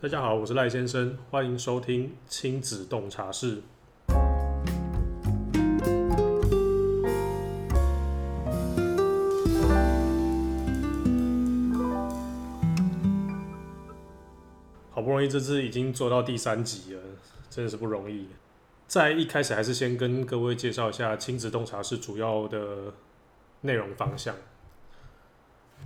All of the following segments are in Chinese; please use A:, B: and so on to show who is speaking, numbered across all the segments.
A: 大家好，我是赖先生，欢迎收听亲子洞察室。好不容易这次已经做到第三集了，真的是不容易。在一开始还是先跟各位介绍一下亲子洞察室主要的内容方向。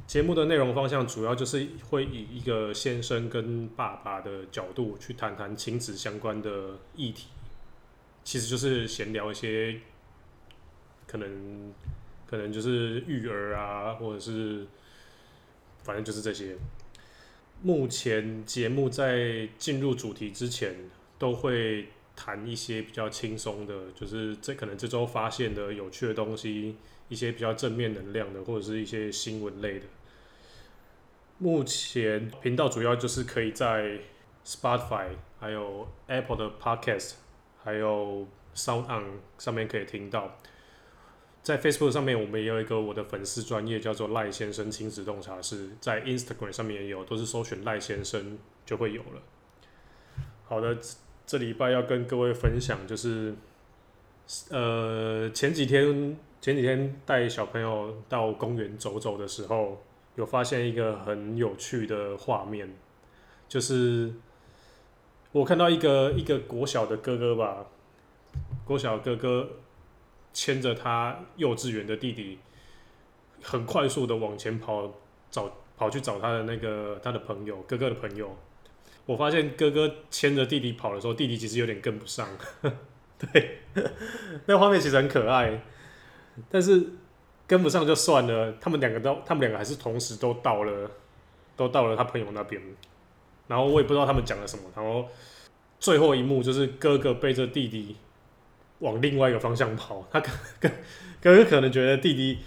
A: 节目的内容方向主要就是会以一个先生跟爸爸的角度去谈谈亲子相关的议题，其实就是闲聊一些可能可能就是育儿啊，或者是反正就是这些。目前节目在进入主题之前，都会谈一些比较轻松的，就是这可能这周发现的有趣的东西，一些比较正面能量的，或者是一些新闻类的。目前频道主要就是可以在 Spotify、还有 Apple 的 Podcast、还有 Sound On 上面可以听到。在 Facebook 上面，我们也有一个我的粉丝专业叫做赖先生亲子洞察室，在 Instagram 上面也有，都是搜寻赖先生就会有了。好的，这这礼拜要跟各位分享就是，呃，前几天前几天带小朋友到公园走走的时候，有发现一个很有趣的画面，就是我看到一个一个国小的哥哥吧，国小哥哥牵着他幼稚园的弟弟，很快速的往前跑，找跑去找他的那个他的朋友，哥哥的朋友。我发现哥哥牵着弟弟跑的时候，弟弟其实有点跟不上。 对，那画面其实很可爱，但是跟不上就算了，他们两个都，他们两个还是同时都到了，都到了他朋友那边，然后我也不知道他们讲了什么，然后最后一幕就是哥哥背着弟弟往另外一个方向跑，他哥哥哥哥可能觉得弟弟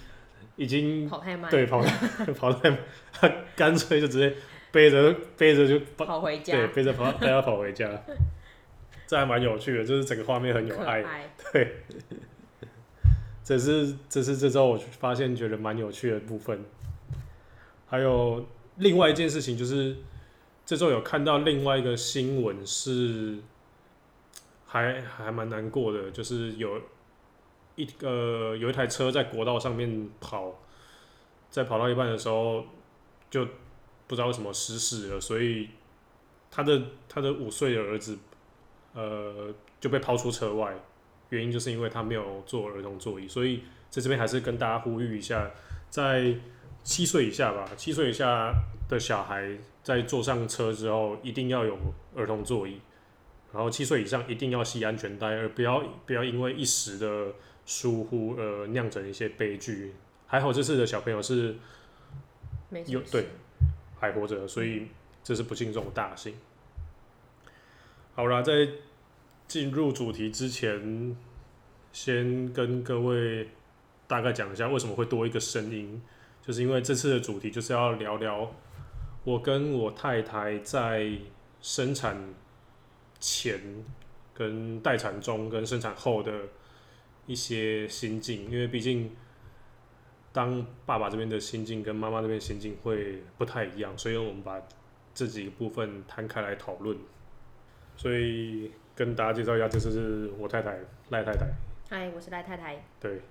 A: 已经
B: 跑太慢，
A: 对，跑 跑太，他干脆就直接背着背着就跑
B: 跑回
A: 对，
B: 家，
A: 背着跑带他跑回家，这还蛮有趣的，就是整个画面很有
B: 可
A: 爱。
B: 爱，
A: 对，这是这是这周我发现觉得蛮有趣的部分。还有另外一件事情就是，这周有看到另外一个新闻是，还还蛮难过的，就是有一呃有一台车在国道上面跑，在跑到一半的时候就不知道为什么失事了，所以他的他的五岁的儿子呃就被抛出车外。原因就是因为他没有做儿童座椅，所以在这边还是跟大家呼吁一下，在七岁以下吧，七岁以下的小孩在坐上车之后，一定要有儿童座椅，然后七岁以上一定要系安全带，而不要不要因为一时的疏忽而酿成一些悲剧。还好这次的小朋友是
B: 没什
A: 有
B: 么事
A: 对还活着，所以这是不幸中的大幸。好啦，在进入主题之前，先跟各位大概讲一下为什么会多一个声音，就是因为这次的主题就是要聊聊我跟我太太在生产前、跟待产中、跟生产后的一些心境，因为毕竟当爸爸这边的心境跟妈妈这边心境会不太一样，所以我们把这几个部分摊开来讨论。所以跟大家介绍一下，这就是我太太赖太太。
B: 嗨，我是赖太太，
A: 对，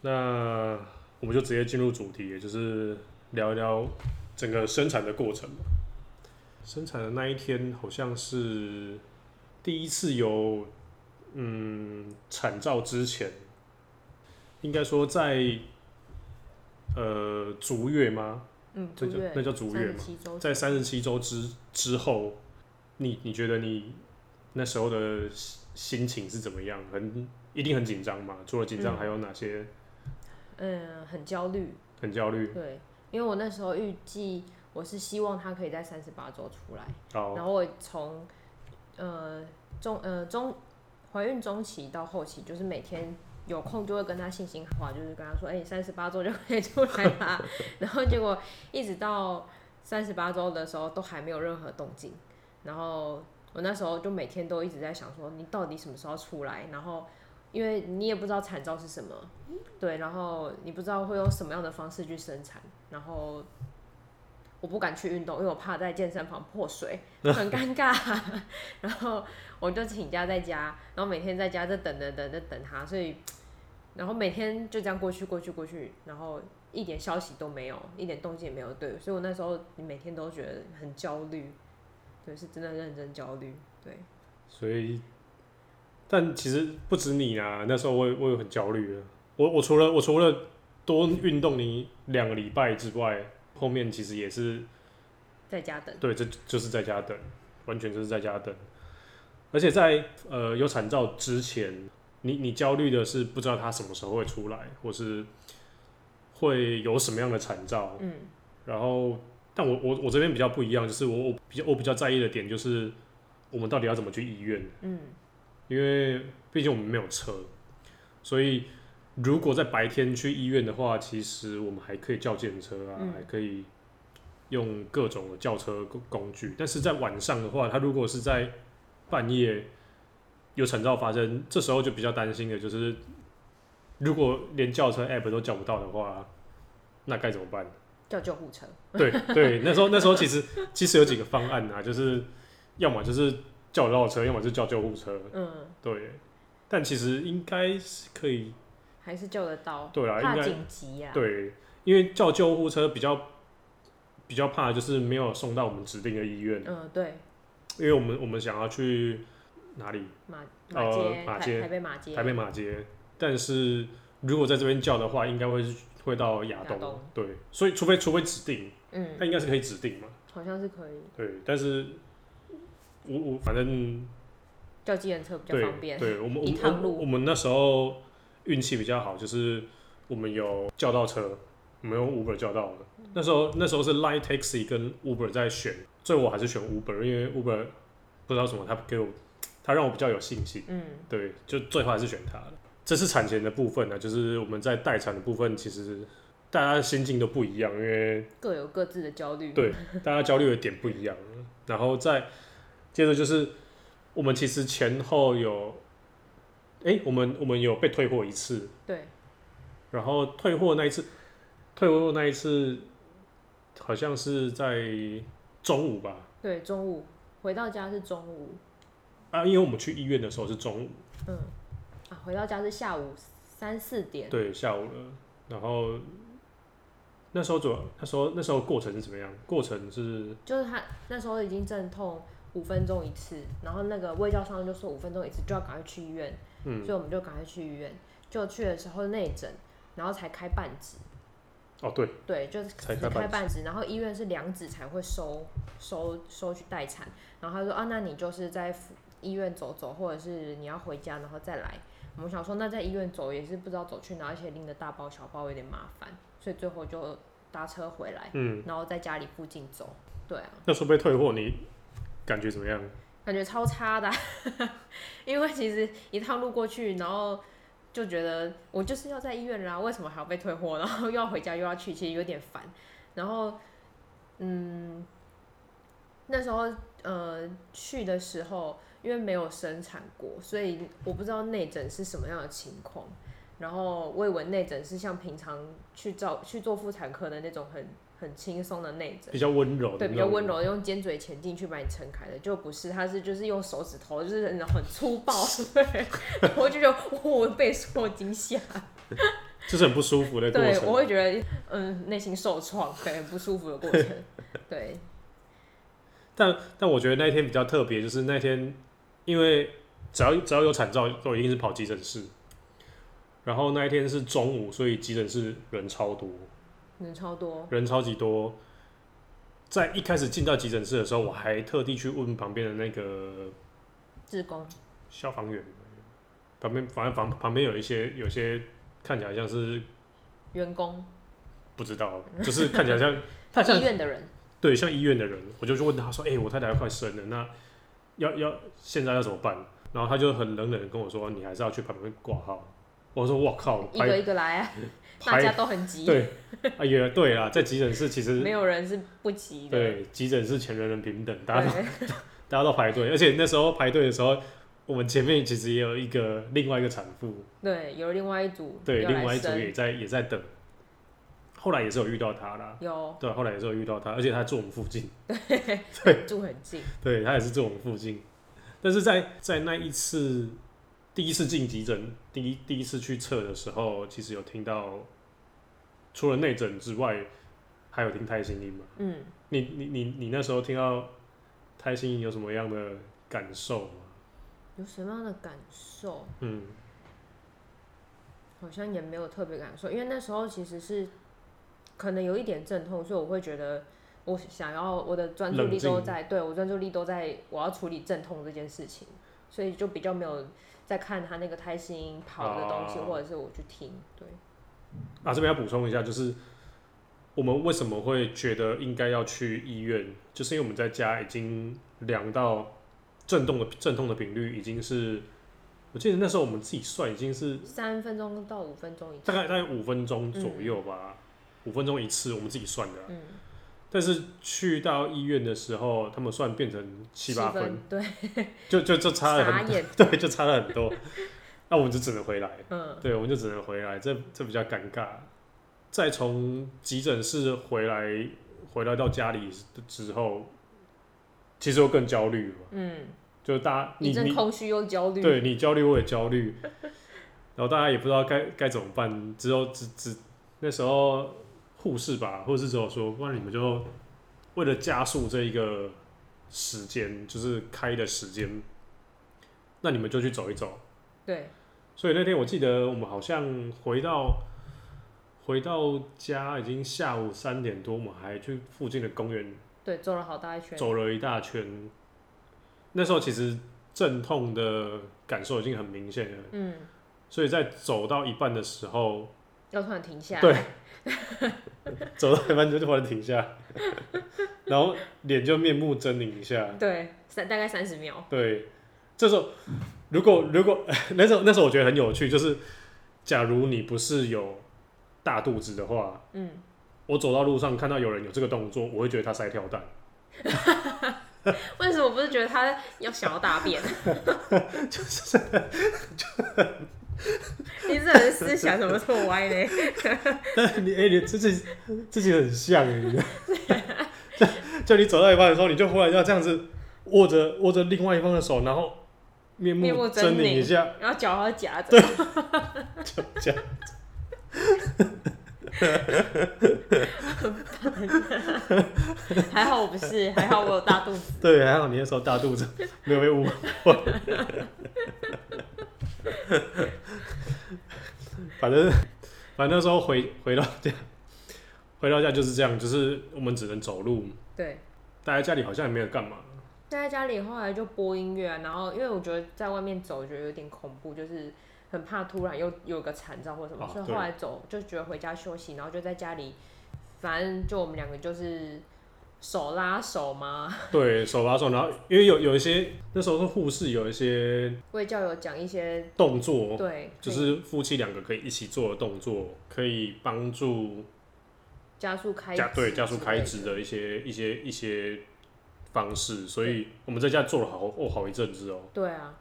A: 那我们就直接进入主题，也就是聊一聊整个生产的过程吧。生产的那一天好像是第一次有，嗯，产兆之前，应该说在呃足月吗？
B: 嗯，
A: 这
B: 住
A: 叫
B: 院
A: 那叫足月
B: 三十
A: 嘛。
B: 七周，
A: 在三十七周之之后，你你觉得你那时候的心心情是怎么样？很一定很紧张嘛？除了紧张，
B: 嗯
A: 还有哪些
B: 嗯，很焦虑，
A: 很焦虑？
B: 对，因为我那时候预计我是希望他可以在三十八周出来，
A: 好，
B: 然后我从呃中呃中怀孕中期到后期，就是每天。有空就会跟他信心喊话，就是跟他说：“哎、你三十八周就可以出来啦。” 然后结果一直到三十八周的时候都还没有任何动静。然后我那时候就每天都一直在想说，你到底什么时候出来？然后因为你也不知道产兆是什么，对，然后你不知道会用什么样的方式去生产，然后我不敢去运动，因为我怕在健身房破水， 很尴尬。 然后我就请假在家，然后每天在家就等等等等等他，所以然后每天就这样过去过去过去，然后一点消息都没有，一点动静也没有，对，所以我那时候每天都觉得很焦虑，对，是真的认真焦虑，对，
A: 所以，但其实不止你啊，那时候我也我也很焦虑啊。我我除了我除了多运动你两个礼拜之外，后面其实也是
B: 在家等，
A: 对，这就是在家等，完全就是在家等。而且在呃有产兆之前，你你焦虑的是不知道它什么时候会出来，或是会有什么样的产兆。
B: 嗯，
A: 然后，但我我我这边比较不一样，就是我我比较我比较在意的点就是我们到底要怎么去医院。
B: 嗯，
A: 因为毕竟我们没有车，所以如果在白天去医院的话，其实我们还可以叫检车啊，
B: 嗯
A: 还可以用各种的轿车工工具。但是在晚上的话，他如果是在半夜有惨兆发生，这时候就比较担心的就是，如果连轿车 app 都叫不到的话，那该怎么办？
B: 叫救护车，
A: 对对，那时候那时候其实其实有几个方案啊，就是要么就是叫绕车，要么就叫救护车。
B: 嗯，
A: 对，但其实应该是可以，
B: 还是救得到，
A: 对啦
B: 怕
A: 应该
B: 紧急啊呀、，
A: 对，因为叫救护车比较比较怕就是没有送到我们指定的医院，
B: 嗯，对，
A: 因为我们我们想要去哪里，
B: 马马街，
A: 呃马街
B: 台台北马街，
A: 台北马街，但是如果在这边叫的话，应该会是会到亚
B: 亚
A: 东，
B: 东
A: 对，所以除非除非指定，
B: 嗯，
A: 那应该是可以指定嘛，
B: 好像是可以
A: 对，但是我我反正
B: 叫计程车比较
A: 对
B: 方便，
A: 对，我们我
B: 一
A: 们
B: 趟
A: 我
B: 路
A: 们我们那时候运气比较好，就是我们有叫到车，我们用 Uber 叫到的。那时候那时候是 Line Taxi 跟 Uber 在选，最后我还是选 Uber，因为 Uber 不知道什么，他给我他让我比较有信心。
B: 嗯，
A: 对，就最后还是选它了。这是产前的部分呢、啊就是我们在待产的部分，其实大家心境都不一样，因为
B: 各有各自的焦虑，
A: 对，大家焦虑的点不一样。然后再接着就是，我们其实前后有，哎、我们我们有被退货一次，
B: 对，
A: 然后退货那一次，退货那一次好像是在中午吧，
B: 对，中午回到家是中午，
A: 啊，因为我们去医院的时候是中午，
B: 嗯，啊，回到家是下午三四点，
A: 对，下午了。然后那时候主要那时候那时候过程是怎么样？过程是
B: 就是他那时候已经阵痛五分钟一次，然后那个卫教上就说五分钟一次就要赶快去医院，
A: 嗯
B: 所以我们就赶快去医院，就去的时候内诊，然后才开半指，
A: 哦对，
B: 对，就是
A: 才
B: 只
A: 开半指
B: 开半指，然后医院是两指才会收收收去待产，然后他说啊，那你就是在附医院走走，或者是你要回家然后再来。我们想说，那在医院走也是不知道走去哪，而且拎着大包小包有点麻烦，所以最后就搭车回来，
A: 嗯，
B: 然后在家里附近走。对啊，
A: 那时候被退货，你感觉怎么样？
B: 感觉超差的啊、 因为其实一趟路过去，然后就觉得我就是要在医院啦，为什么还要被退货？然后又要回家又要去，其实有点烦。然后，嗯，那时候呃去的时候，因为没有生产过，所以我不知道内诊是什么样的情况。然后我以为内诊是像平常去照去做妇产科的那种很很轻松的内诊
A: 比，较温柔的
B: 对，
A: 那种，
B: 比较温柔，用尖嘴钳进去把你撑开的，就不是，它是就是用手指头，就是那种很粗暴，对，我就觉得哇我被受惊吓，
A: 就是很不舒服的过
B: 对
A: 程。
B: 我会觉得嗯内心受创，对，很不舒服的过程，对，
A: 但但我觉得那一天比较特别，就是那天因为只要只要有产兆，都一定是跑急诊室。然后那一天是中午，所以急诊室人超多，
B: 人超多，
A: 人超级多。在一开始进到急诊室的时候，我还特地去问旁边的那个
B: 志工，
A: 消防员，旁边反正旁旁边有一些有些看起来像是
B: 员工，
A: 不知道，就是看起来像他像
B: 医院的人，
A: 对，像医院的人，我就去问他说：“哎、我太太快生了，那要要现在要怎么办？”然后他就很冷冷的跟我说：“你还是要去旁边挂号。”我说：“我靠，
B: 一个
A: 排
B: 一个来啊，大家
A: 排
B: 都很急，
A: 对，哎呀，对啊，在急诊室其
B: 没
A: 实
B: 有人是不急的，
A: 对急诊室前人人平等，大家都
B: 对，
A: 大家都排队，而且那时候排队的时候，我们前面其实也有一个另外一个产妇，
B: 对，有另外一组
A: 对，
B: 要
A: 另
B: 来
A: 外一组
B: 生，
A: 也在也在等。后来也是有遇到他啦，
B: 有
A: 对，后来也是有遇到他，而且他住我们附近，
B: 住很近，
A: 对他也是住我们附近。但是在在那一次第一次进急诊，第一第一次去测的时候，其实有听到，除了内诊之外，还有听胎心音嘛？
B: 嗯，
A: 你你你你那时候听到胎心音有什么样的感受吗？
B: 有什么样的感受？
A: 嗯
B: 好像也没有特别感受，因为那时候其实是可能有一点阵痛，所以我会觉得我想要我的专注力
A: 冷静
B: 都在，对我专注力都在我要处理阵痛这件事情，所以就比较没有在看他那个胎心跑的东西，
A: 哦
B: 或者是我去听，对，
A: 啊，这边要补充一下，就是我们为什么会觉得应该要去医院，就是因为我们在家已经量到震动的震痛的频率已经是，我记得那时候我们自己算已经是
B: 三分钟到五分钟以
A: 大
B: 上，
A: 概大概五分钟左右吧，五、分钟一次，我们自己算的啊、
B: 嗯，
A: 但是去到医院的时候，他们算变成七八分，
B: 分，对，
A: 就就就差了
B: 傻
A: 很，
B: 眼，
A: 对，就差了很多。那、我们就只能回来，
B: 嗯，
A: 对，我们就只能回来，这这比较尴尬。再从急诊室回来，回来到家里之后，其实又更焦虑了嘛。
B: 嗯，
A: 就大家你
B: 一阵
A: 你
B: 空虚又焦虑，
A: 对你焦虑，我也焦 虑，然后大家也不知道该该怎么办。之后只只那时候护士吧，护士只有说，不然你们就为了加速这一个时间，就是开的时间，那你们就去走一走。
B: 对，
A: 所以那天我记得我们好像回到回到家已经下午三点多，我们还去附近的公园
B: 对，走了好大一圈，
A: 走了一大圈。那时候其实阵痛的感受已经很明显了，
B: 嗯，
A: 所以在走到一半的时候，
B: 要突然停下来，
A: 对， 走到一半就突然停下， 然后脸就面目狰狞一下。
B: 对，三大概三十秒，
A: 对，这时候如果如果 那时候那时候我觉得很有趣，就是假如你不是有大肚子的话，
B: 嗯，
A: 我走到路上看到有人有这个动作，我会觉得他塞跳蛋，
B: 为什么不是觉得他要想要大便？你这人思想怎么这么歪呢？
A: 但 是你哎、你自己自己很像哎，你 知道就就你走到一半的时候，你就忽然要这样子握着握着另外一方的手，然后面
B: 面目
A: 目
B: 狰
A: 狰狞一
B: 狞
A: 下，
B: 然后脚要夹 着，
A: 就这样。
B: 啊还好我不是，还好我有大肚子。
A: 对，还好你那时候大肚子，没有被误会。 反正反正那时候回回到家，回到家就是这样，就是我们只能走路，
B: 对，
A: 待在家里好像也没有干嘛。
B: 待在家里后来就播音乐啊，然后因为我觉得在外面走，我觉得有点恐怖，就是很怕突然又有个惨照或什么，
A: 哦
B: 所以
A: 对
B: 后来走就觉得回家休息，然后就在家里，反正就我们两个就是手拉手嘛。
A: 对手把手，然后因为有有一些那时候是护士有一些
B: 为教友讲一些
A: 动作，
B: 对，
A: 就
B: 可以
A: 是夫妻两个可以一起做的动作，可以帮助
B: 加速开
A: 加
B: 支
A: 对加速
B: 之
A: 开
B: 类
A: 支的一些一些一些方式，所以我们在家做了好哦好一阵子哦。
B: 对啊，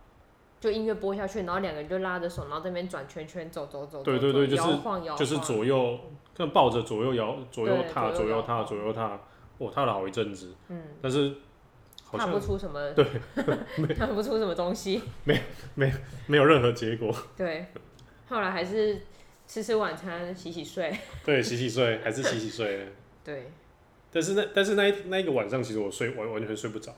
B: 就音乐播下去，然后两个人就拉着手，然后在那边转圈圈，走走走，
A: 对
B: 走
A: 对对
B: 走
A: 就是
B: 摇晃摇晃，
A: 就是左右看抱着左右摇左右
B: 对
A: 踏
B: 左
A: 左
B: 右
A: 右
B: 摇
A: 踏左右踏，我、踏了好一阵子，
B: 嗯，
A: 但是好
B: 看不
A: 像
B: 出什么，
A: 对，
B: 看不出什么东西，
A: 没有任何结果。
B: 对，后来还是吃吃晚餐，洗洗睡，
A: 对，洗洗睡还是洗洗睡。
B: 对
A: 但是那但是那一那一个晚上，其实我睡完完全睡不着。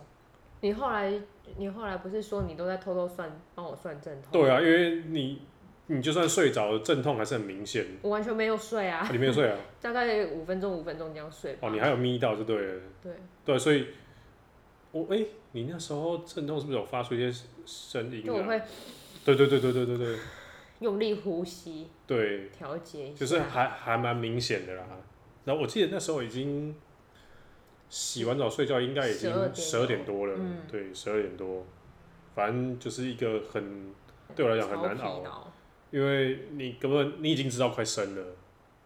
B: 你后来你后来不是说你都在偷偷算帮我算阵痛？
A: 对啊，因为你你就算睡着，阵痛还是很明显。
B: 我完全没有睡啊，
A: 啊你没有睡啊？
B: 大概五分钟五分钟这样睡吧。
A: 哦，你还有眯到就对了。
B: 对，
A: 对，所以我哎、你那时候阵痛是不是有发出一些声音、
B: 就我
A: 啊？
B: 会
A: 对对对对对对对
B: 用力呼吸
A: 对。
B: 调节一下，
A: 就是还还蛮明显的啦。然后我记得那时候已经洗完澡睡觉，应该已经
B: 12
A: 十二点多了，
B: 嗯
A: 对，十二点多。反正就是一个很对我来讲很难
B: 超
A: 熬，
B: 疲劳。
A: 因为你根本你已经知道快生了，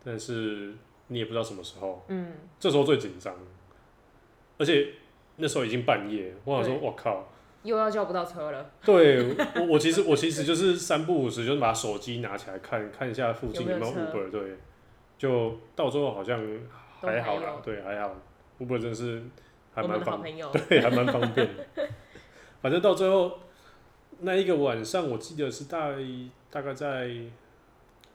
A: 但是你也不知道什么时候，
B: 嗯，
A: 这时候最紧张，而且那时候已经半夜，我想说，我靠，
B: 又要叫不到车了。
A: 对我，我其实我其实就是三不五时，就是把手机拿起来看看一下附近有没有
B: 有没有车
A: Uber，对，就到最后好像
B: 都
A: 还好
B: 还
A: 啦
B: 有，
A: 对，还好，Uber 真是还
B: 我们
A: 蛮
B: 的好
A: 方
B: 朋友，
A: 对，还蛮方便的。反正到最后那一个晚上，我记得是大大概在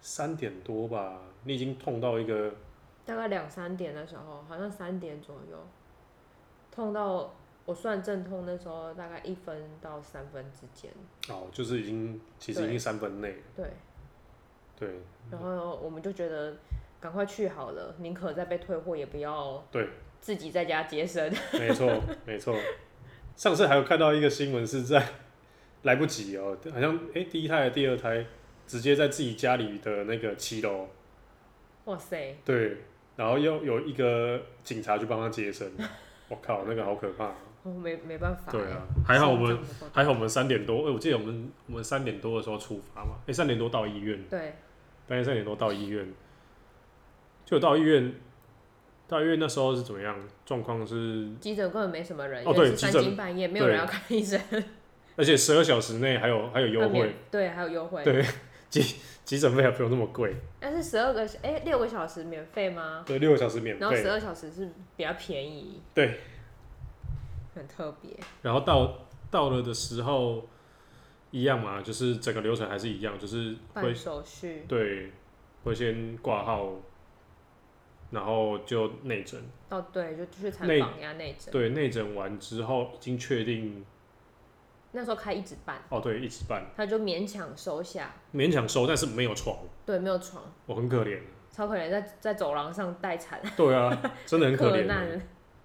A: 三点多吧，你已经痛到一个
B: 大概两三点的时候，好像三点左右，痛到我算阵痛那时候大概一分到三分之间，
A: 哦，就是已经其实已经
B: 对
A: 三分内了，
B: 对，
A: 对
B: 然后我们就觉得赶快去好了，宁可再被退货也不要
A: 对，
B: 自己在家接生，
A: 没错没错。上次还有看到一个新闻是在来不及哦，好像哎、诶第一胎还是第二胎直接在自己家里的那个七楼
B: 哇塞，
A: 对，然后又有一个警察去帮他接生，我靠，那个好可怕哦。
B: 我没没办法，
A: 对啊
B: 欸，
A: 还好我
B: 心
A: 们
B: 脏不够大
A: 还好我们三点多，哎、我记得我们我们三点多的时候出发嘛，哎、三点多到医院，
B: 对，
A: 半夜三点多到医院，就到医院，到医院那时候是怎么样？状况是，
B: 急诊根本没什么人，
A: 哦
B: 因为
A: 对
B: 是三
A: 急诊
B: 更半夜，没有人要看医生，
A: 而且十二小时内还有 还有优
B: 那免
A: 惠，
B: 对，还有优惠，
A: 对急诊费还不用那么贵，
B: 但是十二个哎六个小时免费吗？
A: 对，六个小时免
B: 然后十
A: 费，
B: 二小时是比较便宜，
A: 对，
B: 很特别，
A: 然后到到了的时候一样嘛，就是整个流程还是一样，就是会
B: 办手续
A: 对，会先挂号，然后就内诊。
B: 哦，对，就去产
A: 内
B: 房呀内诊，
A: 对，内诊完之后已经确定，
B: 那时候开一直办，
A: 哦，对，一直办，
B: 他就勉强收下，
A: 勉强收，但是没有床，
B: 对，没有床，
A: 我很可怜。
B: 超可怜，在在走廊上待产，
A: 对 啊，真的很可怜
B: 难
A: 欸，，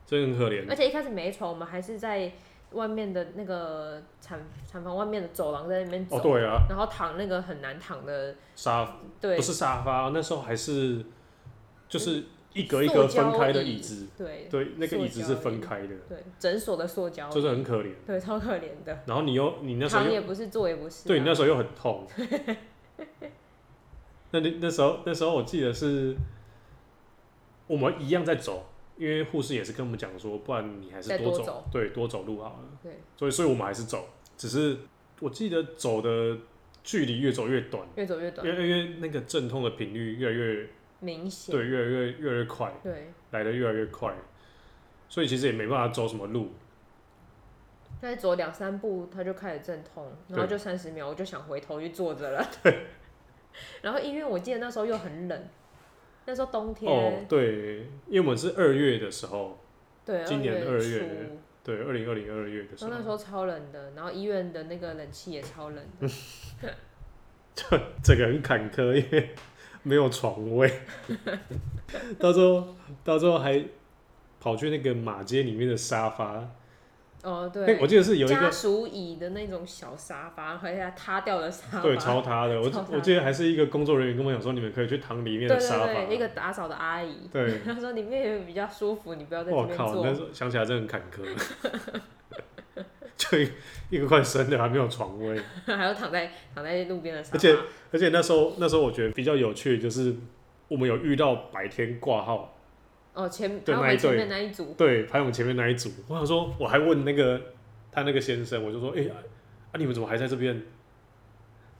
A: 真的很可
B: 而
A: 怜。
B: 且一开始没床，我们还是在外面的那个产产房外面的走廊在那边走，
A: 哦，对啊，
B: 然后躺那个很难躺的，
A: 沙
B: 对嗯
A: 不，是沙发，那时候还是就是一格一
B: 塑
A: 格
B: 胶
A: 分开的
B: 椅
A: 椅子，
B: 对
A: 对，那个
B: 塑
A: 椅子是
B: 胶
A: 分
B: 椅
A: 开的，
B: 对，诊所的塑胶椅，
A: 就是很可怜。
B: 对，超可怜的，
A: 然后你又你那时候
B: 躺
A: 又
B: 也不是，坐也不是啊、
A: 对你那时候又很 痛。那那那时候那时候我记得是，我们一样在走，因为护士也是跟我们讲说，不然你还是
B: 再
A: 多
B: 多
A: 走，
B: 走
A: 对，多走路好了。
B: 对，
A: 所以所以我们还是走，只是我记得走的距离越走越短，
B: 越走越短，
A: 因为因为那个阵痛的频率越来越
B: 明显，
A: 对越来越越来越快，
B: 对，
A: 来的越来越快，所以其实也没办法走什么路。
B: 再走两三步，他就开始阵痛，然后就三十秒，我就想回头去坐 着了。 然后医院，我记得那时候又很冷，那时候冬天，
A: 哦，对，因为我们是二月的时候，
B: 对，
A: 今年
B: 二
A: 二月
B: 初
A: 对，二零二零二月的时
B: 然后那
A: 候
B: 时。候超冷的，然后医院的那个冷气也超冷
A: 嗯
B: 的，
A: 这个很坎坷，因为 没有床位， 到时候到时候还跑去那个马街里面的沙发，
B: 哦，
A: 那、
B: 对
A: 我，记得是有一
B: 家
A: 个
B: 属椅的那种小沙发，还有它塌掉的沙发，
A: 对超塌的，
B: 超
A: 我
B: 塌
A: 我记得还是一个工作人员跟我讲说，你们可以去躺里面的
B: 对对
A: 沙发，
B: 对，一个打扫的阿姨，
A: 对，
B: 她说里面也比较舒服，你不要在
A: 我
B: 这边
A: 靠，那
B: 坐
A: 时，候想起来真的很坎坷， 就一一个快生的还没有床位，
B: 还要躺在躺在路边的沙
A: 而且
B: 发，
A: 而且那时候那时候我觉得比较有趣的就是我们有遇到白天挂号。
B: 哦，前
A: 对
B: 他
A: 那一
B: 们前
A: 对
B: 面那一组，
A: 对，排我们前面那一组。我想说，我还问那个他那个先生，我就说，哎、啊啊，你们怎么还在这边？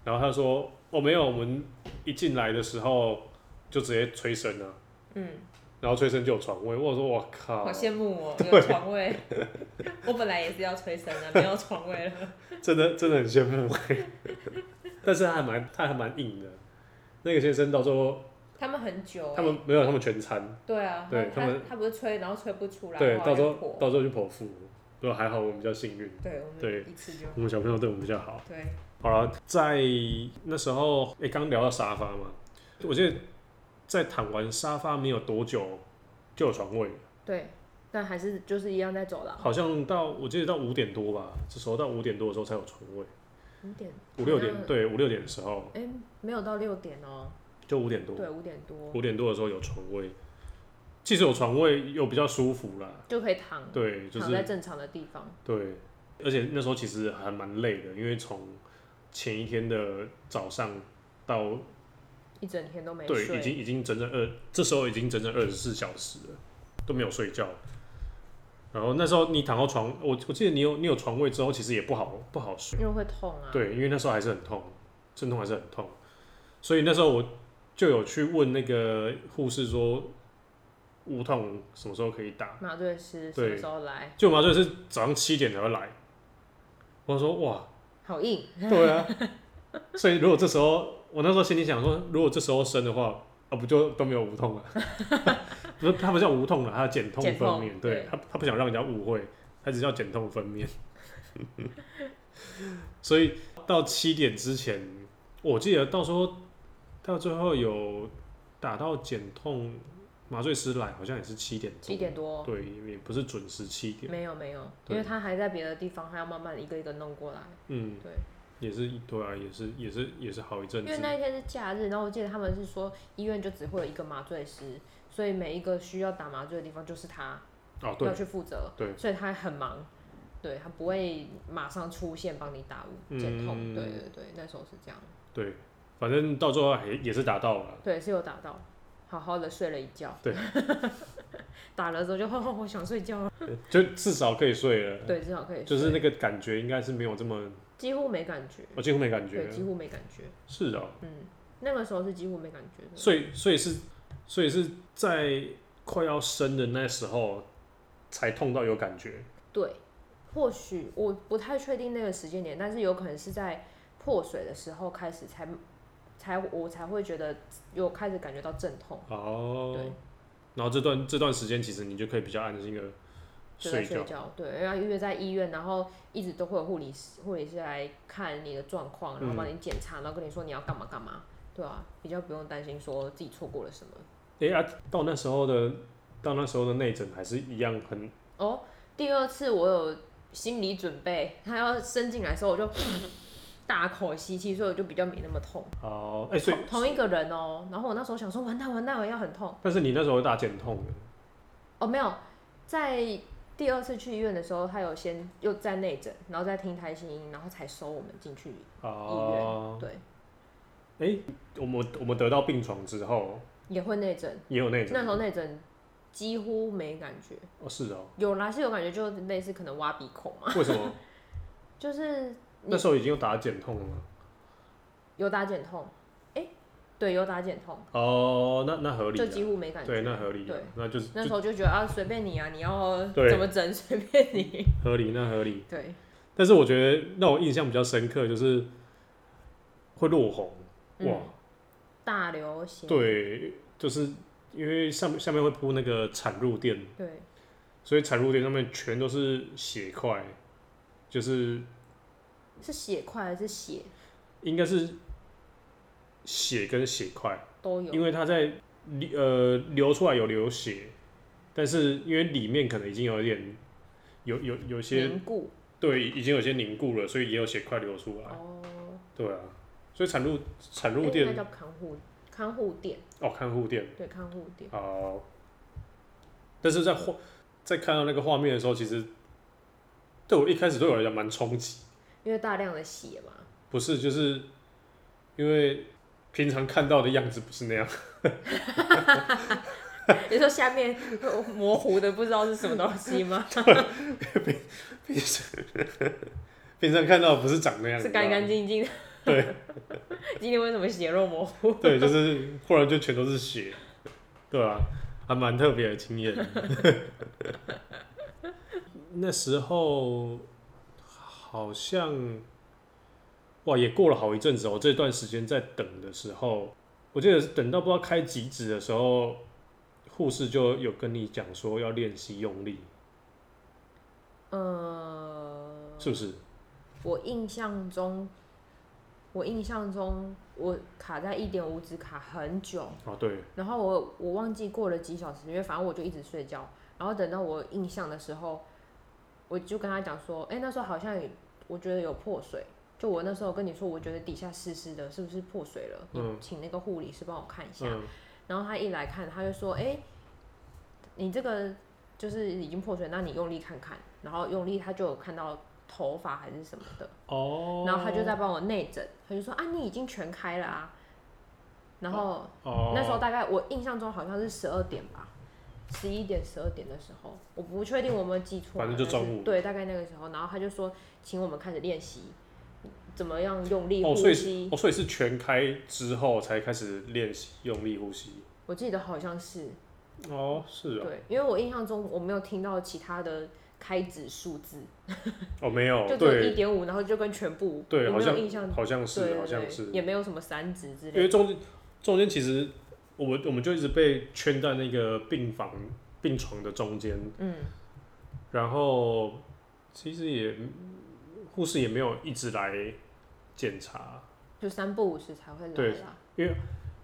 A: 然后他说，哦，没有，我们一进来的时候就直接催生了，
B: 嗯。
A: 然后催生就有床位。我说，我靠
B: 好，羡慕哦，有床位。我本来也是要催生的，没有床位了。
A: 真的真的很羡慕、 但是他还蛮他还蛮硬的。那个先生到最后，
B: 他们很久欸、
A: 他们没有，他们全餐，
B: 对啊，
A: 对
B: 他
A: 他们
B: 他不是催，然后催不出来，
A: 对，
B: 后来
A: 到时候
B: 又破
A: 到时候就剖腹。不过还好我们比较幸运，
B: 对，我
A: 对
B: 们一次就
A: 我们小朋友对我们比较好。
B: 对，
A: 好了，在那时候，诶，刚聊到沙发嘛，我记得在躺完沙发没有多久就有床位了，
B: 对，但还是就是一样在走廊，
A: 好像到我记得到五点多吧，这时候到五点多的时候才有床位，
B: 五点
A: 五六点
B: 嗯
A: 对五六点的时候
B: 哎、没有到六点哦、
A: 就五点多，
B: 对，五点多
A: 五点多的时候有床位，即使有床位又比较舒服啦，
B: 就可以躺，
A: 对，就
B: 躺在
A: 是
B: 正常的地方，
A: 对，而且那时候其实还蛮累的，因为从前一天的早上到
B: 一整天都没
A: 对，
B: 睡，
A: 已经已经整整二，这时候已经整整二十四小时了，都没有睡觉。然后那时候你躺到床，我我记得你有你有床位之后，其实也不好不好睡，
B: 因为会痛啊，
A: 对，因为那时候还是很痛，阵痛还是很痛，所以那时候我就有去问那个护士说，无痛什么时候可以打？
B: 麻醉师什么
A: 对
B: 时候来？
A: 就麻醉是早上七点才会来。我说哇，
B: 好硬，
A: 对啊，所以如果这时候我那时候心里想说，如果这时候生的话，啊不就都没有无痛了？ 不是，它不叫无痛了，它叫减痛
B: 减
A: 分
B: 痛
A: 娩。
B: 对
A: 对，它它不想让人家误会，它只叫减痛分娩。 所以到七点之前，我记得到时候到最后有打到减痛麻醉师来，好像也是七点钟
B: 七点多，
A: 对，也不是准时七点，
B: 没有没有，因
A: 对
B: 为他还在别的地方，他要慢慢一个一个弄过来。
A: 嗯，
B: 对，
A: 也是对啊，也是也是也是好一阵
B: 因
A: 子，
B: 为那一天是假日，然后我记得他们是说医院就只会有一个麻醉师，所以每一个需要打麻醉的地方就是他
A: 哦对
B: 要，去负责，
A: 对
B: 所以他很忙，对他不会马上出现帮你打减痛，
A: 嗯
B: 对对对，那时候是这样，
A: 对，反正到最后也也是达到了，
B: 对是有打到，好好的睡了一觉，
A: 对，
B: 打了之后就 吼吼吼想睡觉了，
A: 就至少可以睡了。，
B: 对，至少可以睡，
A: 就是那个感觉应该是没有这么，
B: 几乎没感觉，
A: 我几乎没感觉
B: 对，。几乎没感觉，
A: 是哦，
B: 嗯，那个时候是几乎没感觉的，
A: 所以所以是所以是在快要生的那时候才痛到有感觉。
B: 对，或许我不太确定那个时间点，但是有可能是在破水的时候开始才才我才会觉得有开始感觉到阵痛，对
A: 哦，，然后这段这段时间其实你就可以比较安心的
B: 就在
A: 睡
B: 睡
A: 觉。
B: 觉，对，然后因为在医院，然后一直都会有护理师护理师来看你的状况，然后帮
A: 嗯
B: 你检查，然后跟你说你要干嘛干嘛，对啊，比较不用担心说自己错过了什么。
A: 哎、啊，到那时候的到那时候的内诊还是一样很
B: 哦，第二次我有心理准备，他要伸进来的时候，我就 大口吸气，所以我就比较没那么痛。
A: 哦，哎、所以
B: 同同一个人哦、然后我那时候想说，完蛋完蛋，我要很痛
A: 但是你那时候有打减痛的，
B: 哦，没有，在第二次去医院的时候，他有先又在内诊，然后再听胎心音，然后才收我们进去。
A: 哦，
B: 对，
A: 哎、我们我们得到病床之后
B: 也会内诊，
A: 也有内诊，
B: 那时候内诊几乎没感觉，
A: 哦，是哦，
B: 有啦是有感觉，就类似可能挖鼻孔嘛，
A: 为什 么
B: 就是
A: 那时候已经有打减痛了吗？
B: 有打减痛，哎、对，有打减痛，
A: 哦，那那合理
B: 就
A: 啊，
B: 几乎没感觉。
A: 对，那合理啊
B: 对，
A: 那就是
B: 那时
A: 就
B: 候就觉得啊，随便你啊，你要
A: 对
B: 怎么整随便 你。
A: 合理，那合理。
B: 对，
A: 但是我觉得让我印象比较深刻就是会落红，哇，
B: 嗯大流血。
A: 对，就是因为上下面会铺那个产褥垫，
B: 对
A: 所以产褥垫上面全都是血块，就是
B: 是血块还是血
A: 应该是血跟血块。
B: 都有？
A: 因为它在里呃流出来有流血，但是因为里面可能已经有点有有有些
B: 凝固
A: 对已经有些凝固了，所以也有血块流出来。
B: 哦，
A: 对啊，所以产褥产褥
B: 诶
A: 垫、
B: 那叫看护看护垫，
A: 哦，看护垫
B: 对看护垫，
A: 好，但是在画在看到那个画面的时候，其实对我一开始对我来讲蛮冲击，
B: 因为大量的血嘛，
A: 不是就是因为平常看到的样子不是那样，
B: 你说下面 模糊的不知道是什么东西 吗？
A: 平时平常看到的不是长那样，
B: 是干干
A: 净。
B: 净净的。
A: 对，
B: 今天为什么血肉模糊？
A: 对，就是忽然就全都是血，对啊，还蛮特别的经验。 那时候好像哇，也过了好一阵子哦。我这段时间在等的时候，我记得是等到不知道开几指的时候，护士就有跟你讲说要练习用力，
B: 呃，
A: 是不是？
B: 我印象中，我印象中我卡在一点五指卡很久，
A: 哦，对，
B: 然后我我忘记过了几小时，因为反正我就一直睡觉。然后等到我印象的时候，我就跟他讲说，哎、那时候好像有我觉得有破水，就我那时候跟你说，我觉得底下湿湿的，是不是破水了？你
A: 嗯
B: 请那个护理师帮我看一下。
A: 嗯，
B: 然后他一来看，他就说，哎、你这个就是已经破水，那你用力看看。然后用力，他就有看到头发还是什么的。
A: 哦，
B: 然后他就在帮我内诊，他就说啊，你已经全开了啊。然后
A: 哦，
B: 那时候大概我印象中好像是十二点吧，十一点、十二点的时候，我不确定我有没有记错啊，
A: 反正就
B: 但是
A: 中午
B: 对，大概那个时候，然后他就说请我们开始练习，怎么样用力
A: 哦，
B: 呼
A: 所以
B: 吸。
A: 哦，所以是全开之后才开始练习用力呼吸。
B: 我记得好像是
A: 哦，是啊，
B: 对，因为我印象中我没有听到其他的开指数字，
A: 哦，没有
B: 就，只有一
A: 对
B: 点五，然后就跟全部
A: 对，
B: 我
A: 好
B: 没有
A: 像
B: 印象，
A: 好像
B: 对
A: 是，好
B: 对
A: 像
B: 对，
A: 是，
B: 也没有什么三指之
A: 因
B: 类
A: 为
B: 的。
A: 中间中间其实我们我们就一直被圈在那个病房病床的中间，
B: 嗯，
A: 然后其实也护士也没有一直来检查。
B: 就三不五时才会来
A: 对
B: 啦。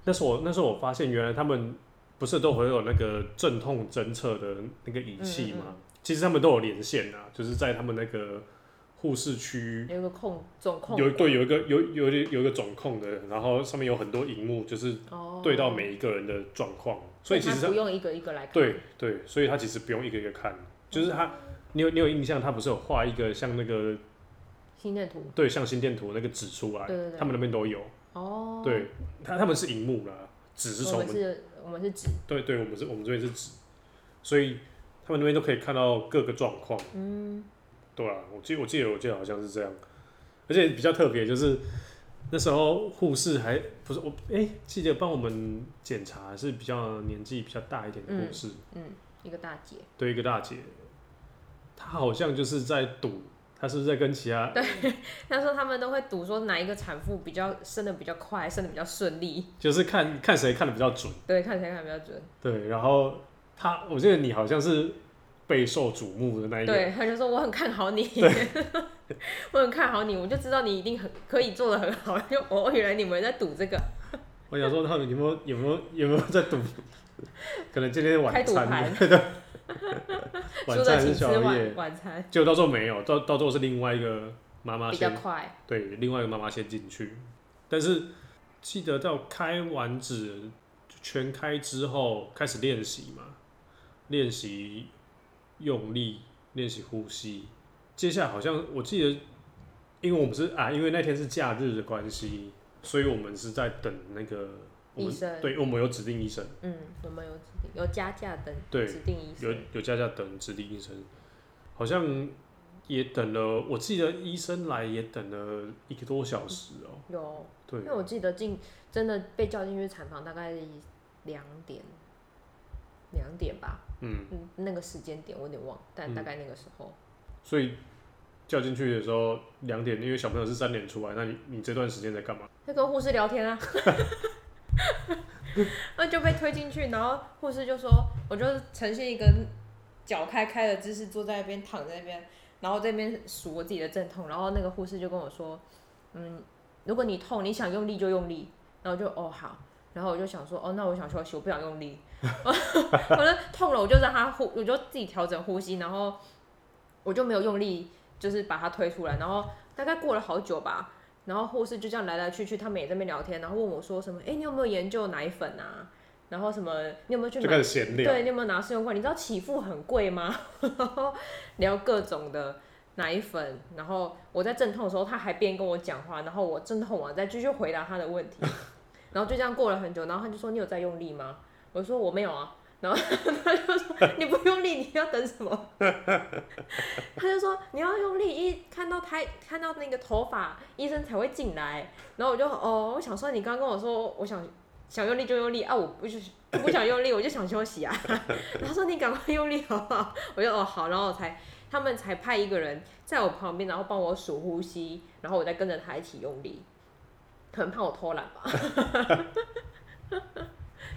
A: 那时候我那时候我发现，原来他们不是都会有那个阵痛侦测的那个仪器吗？
B: 嗯嗯
A: 其实他们都有连线啊，就是在他们那个护士区
B: 有一个控总控
A: 有对
B: 管
A: 有一个有有有一个总控的，然后上面有很多荧幕，就是
B: 哦，
A: 对到每一个人的状况，所以其
B: 他
A: 实它
B: 不用一个一个来看。
A: 对对，所以他其实不用一个一个看，就是他，你有你有印象，他不是有画一个像那个
B: 心电图
A: 对像心电图那个纸出来，
B: 对对对
A: 他们那边都有，
B: 哦，
A: 对他他们是荧幕啦，纸是
B: 我
A: 从我
B: 们
A: 们
B: 是，我们是指
A: 对对，我们是我们这边是纸，所以他们那边都可以看到各个状况，
B: 嗯，
A: 对啊，我记我记得我记得好像是这样，而且比较特别就是那时候护士还不是我哎、记得帮我们检查是比较年纪比较大一点的护
B: 嗯
A: 士，
B: 一个大姐，
A: 对一个大姐，她好像就是在赌，她是不是在跟其他
B: 他说他们都会赌说哪一个产妇比较生的比较快，生的比较顺利，
A: 就是看看谁看的比较准，
B: 对，看起来看比较准。
A: 对，然后她，我记得你好像是备受瞩目的那一个，
B: 对，他就说我很看好你，我很看好你，我就知道你一定很可以做的很好。 就哦，原来你们在赌这个
A: 我想说他们有没有有没有有没有在赌， 可能今天晚
B: 开赌
A: 餐
B: 盘，
A: 晚
B: 输
A: 餐
B: 的
A: 还是
B: 请吃
A: 宵夜
B: 晚，晚餐，
A: 结果到最后没有，到到最后是另外一个妈妈
B: 比较
A: 先
B: 快。
A: 对，另外一个妈妈先进去，但是记得到开完指全开之后开始练习嘛，练习用力，练习呼吸。接下来好像我记得，因为我们是啊，因为那天是假日的关系，所以我们是在等那个我
B: 医
A: 们
B: 生，
A: 对，我们有指定医生，
B: 嗯，我们有指定有加价等
A: 对
B: 指定医
A: 有
B: 生，
A: 有家家等指定医生，好像也等了，我记得医生来也等了一个多小时哦、
B: 有，
A: 对
B: 因为，我记得进真的被叫进去产房大概两点，两点吧，
A: 嗯。
B: 嗯，那个时间点我有点忘，但大概那个时候，
A: 所以叫进去的时候两点，因为小朋友是三点出来，那你你这段时间在干嘛？
B: 在跟护士聊天啊， 那就被推进去，然后护士就说，我就呈现一个脚开开的姿势，坐在那边躺在那边，然后这边数我自己的阵痛，然后那个护士就跟我说，嗯，如果你痛，你想用力就用力，然后我就哦好。然后我就想说，哦，那我想休息，我不想用力。 我就痛了，我就让他呼，我就自己调整呼吸，然后我就没有用力，就是把它推出来。然后大概过了好久吧，然后护士就这样来来去去，他们也在那边聊天，然后问我说什么，哎，你有没有研究奶粉啊？然后什么，你有没有去
A: 就
B: 买啊
A: 开始闲聊。
B: 对，你有没有拿试用罐？你知道起付很贵吗？ 然后聊各种的奶粉，然后我在阵痛的时候，他还边跟我讲话，然后我阵痛完再继续回答他的问题， 然后就这样过了很久，然后他就说你有在用力吗？我说我没有啊，然后他就说你不用力，你要等什么？ 他就说你要用力，一看到胎看到那个头发，医生才会进来。然后我就哦，我想说你刚刚跟我说我想想用力就用力啊，我不就是不想用力，我就想休息啊。 他说你赶快用力好不好？我就哦好，然后我才他们才派一个人在我旁边，然后帮我数呼吸，然后我再跟着他一起用力。可能怕我偷懒吧，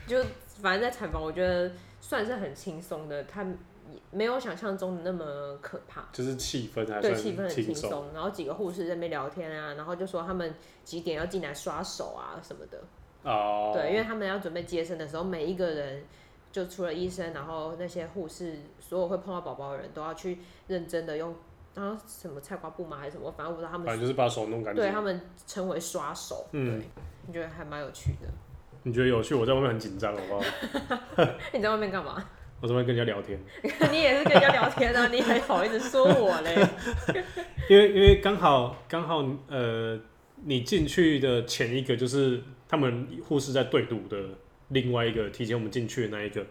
B: 就反正在产房，我觉得算是很轻松的，他没有想象中的那么可怕。
A: 就是气氛还
B: 对，气氛
A: 算
B: 很轻
A: 松，
B: 松。然后几个护士在那边聊天啊，然后就说他们几点要进来刷手啊什么的。
A: 哦，
B: 对，因为他们要准备接生的时候，每一个人就除了医生，然后那些护士，所有会碰到宝宝的人都要去认真的用，然后什么菜瓜布吗还是什么，反正我不知道他
A: 反
B: 们
A: 正就是把手弄干净
B: 对。他们称为刷手。
A: 嗯
B: 对，你觉得还蛮有趣的。
A: 你觉得有趣？我在外面很紧张，好不好？
B: 你在外面干嘛？
A: 我在外面跟人家聊天，
B: 你也是跟人家聊天啊？你还好意思说我嘞？
A: 因为因为刚好刚好呃，你进去的前一个就是他们护士在对赌的另外一个提前我们进去的那一个，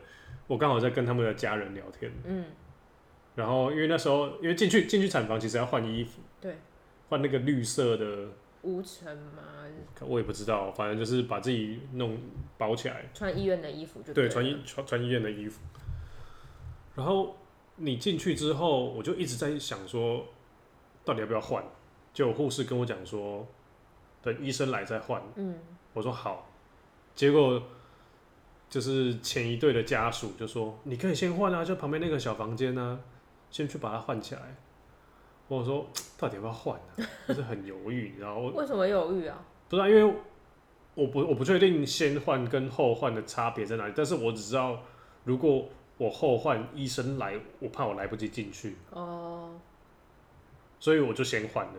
A: 我刚好在跟他们的家人聊天。
B: 嗯，
A: 然后因为那时候因为进去进去产房其实要换衣服，
B: 对，
A: 换那个绿色的
B: 无尘吗？
A: 我也不知道，反正就是把自己弄包起来，
B: 穿医院的衣服就
A: 对，
B: 了
A: 穿医穿穿医院的衣服。然后你进去之后，我就一直在想说，到底要不要换？就有护士跟我讲说，等医生来再换。
B: 嗯，
A: 我说好，结果就是前一队的家属就说，你可以先换啊，就旁边那个小房间啊，先去把它换起来。我说到底要不要换啊？ 就是很犹豫，然后
B: 为什么有豫啊？
A: 不知道，因为我不我不确定先换跟后换的差别在哪里，但是我只知道如果我后换，医生来，我怕我来不及进去，
B: 哦，
A: 所以我就先换了。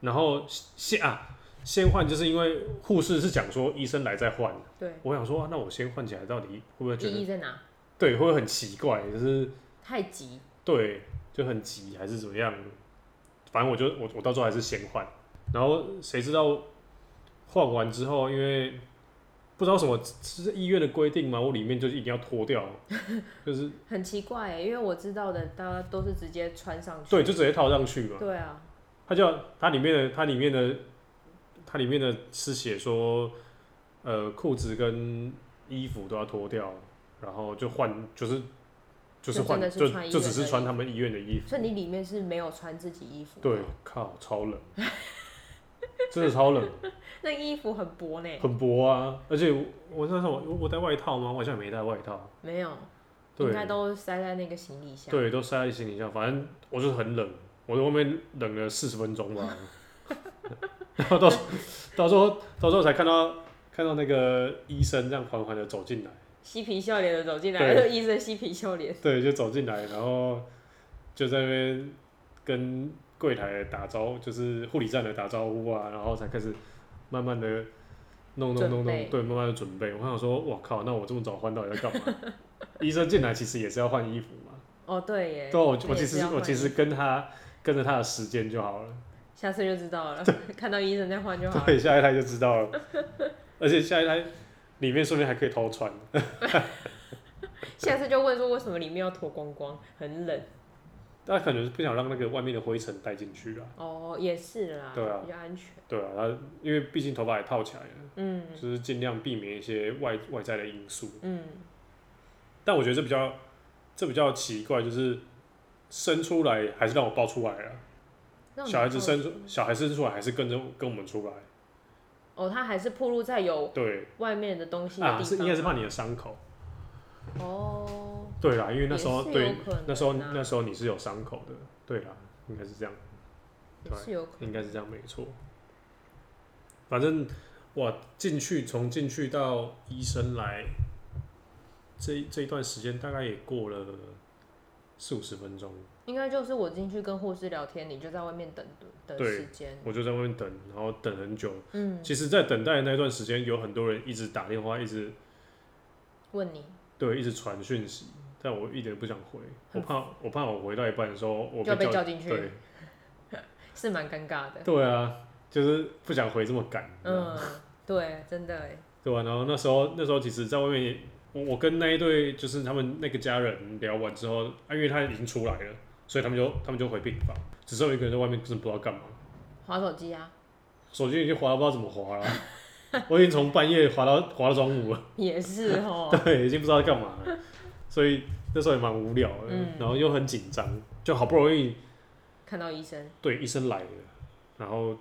A: 然后先啊，先换就是因为护士是讲说医生来再换，
B: 对，
A: 我想说、啊那我先换起来到底会不会觉
B: 意
A: 得
B: 义在哪？
A: 对，会不会很奇怪？就是
B: 太急，
A: 对，就很急还是怎么样？反正我就我我到最后还是先换，然后谁知道换完之后，因为不知道什么是医院的规定嘛，我里面就一定要脱掉， 就是
B: 很奇怪欸，因为我知道的大家都是直接穿上去。
A: 对，就直接套上去嘛。
B: 对啊，
A: 它叫它里面的它里面的它里面的是写说，呃，裤子跟衣服都要脱掉，然后就换就是就是
B: 就真
A: 换
B: 的是
A: 就
B: 穿医
A: 就只
B: 院
A: 是
B: 的
A: 穿
B: 衣
A: 他们医院的衣服。
B: 所以你里面是没有穿自己衣服。
A: 对，，靠，超冷， 真的超冷，
B: 那衣服很薄呢。
A: 很薄啊！而且我我那时候我我带外套吗？我好像也没带外套，
B: 没有，
A: 对
B: 应该都塞在那个行李箱。
A: 对，都塞在行李箱。反正我就是很冷，我在外面冷了四十分钟吧。 然后到时候到时候到时候才看到看到那个医生这样缓缓的走进来，
B: 嬉皮笑脸的走进来，
A: 对
B: 那个医生嬉皮笑脸。
A: 对，就走进来，然后就在那边跟柜台的打招呼，就是护理站的打招呼啊，然后才开始慢慢的弄弄弄
B: 准备
A: 弄，对，慢慢的准备。我想说，我靠，那我这么早换到底在干嘛？医生进来其实也是要换衣服嘛，
B: 哦，对耶。
A: 对啊，我
B: 那
A: 我
B: 也
A: 其
B: 是
A: 实
B: 要
A: 我
B: 换
A: 其
B: 衣
A: 实
B: 服
A: 跟他跟着他的时间就好了，
B: 下次就知道了，看到医生再换就好了。
A: 对，下一台就知道了，而且下一台里面说不定还可以偷穿。
B: 下次就问说为什么里面要脱光光，很冷。
A: 他可能是不想让那个外面的灰尘带进去啊，
B: 哦，也是啦，
A: 对啊
B: 比较安全。
A: 对啊，他因为毕竟头发也套起来了，
B: 嗯
A: 就是尽量避免一些外外在的因素。
B: 嗯，
A: 但我觉得这比较这比较奇怪，就是生出来还是让我抱出来了，
B: 让你
A: 小孩子
B: 靠
A: 生出小孩生出来还是跟着跟我们出来，
B: 哦，它还是暴露在有
A: 对
B: 外面的东西哦的地
A: 啊，
B: 方。
A: 是应该是怕你的伤口，
B: 哦，
A: 对啦，因为那时候
B: 也是有
A: 对
B: 可能啊
A: 那时候那时候你是有伤口的，对啦，应该是这样，
B: 也
A: 对
B: 是有可能
A: 应该是这样没错。反正哇，进去从进去到医生来，这这一段时间大概也过了四五十分钟。
B: 应该就是我进去跟护士聊天，你就在外面等的
A: 对
B: 时间。
A: 我就在外面等，然后等很久。
B: 嗯，
A: 其实，在等待的那段时间，有很多人一直打电话，一直
B: 问你
A: 对，一直传讯息，但我一点都不想回，我
B: 很
A: 怕我怕我回到一半的时候，我
B: 就要被
A: 叫
B: 叫进去
A: 对
B: 是蛮尴尬的。
A: 对啊，就是不想回这么赶，嗯，
B: 嗯，对，真的哎，
A: 对吧、然后那时候那时候其实，在外面也我我跟那一对就是他们那个家人聊完之后，啊，因为他已经出来了，所以他们就他们就回病房，只剩我一个人在外面，真的不知道干嘛，
B: 划手 机啊，
A: 手机已经滑到不知道怎么滑 了，我已经从半夜滑到滑到中午了。
B: 也是哦。
A: 对，已经不知道干嘛了，所以那时候也蛮无聊的，
B: 嗯
A: 然后又很紧张，就好不容易
B: 看到医生，
A: 对医生来了，然后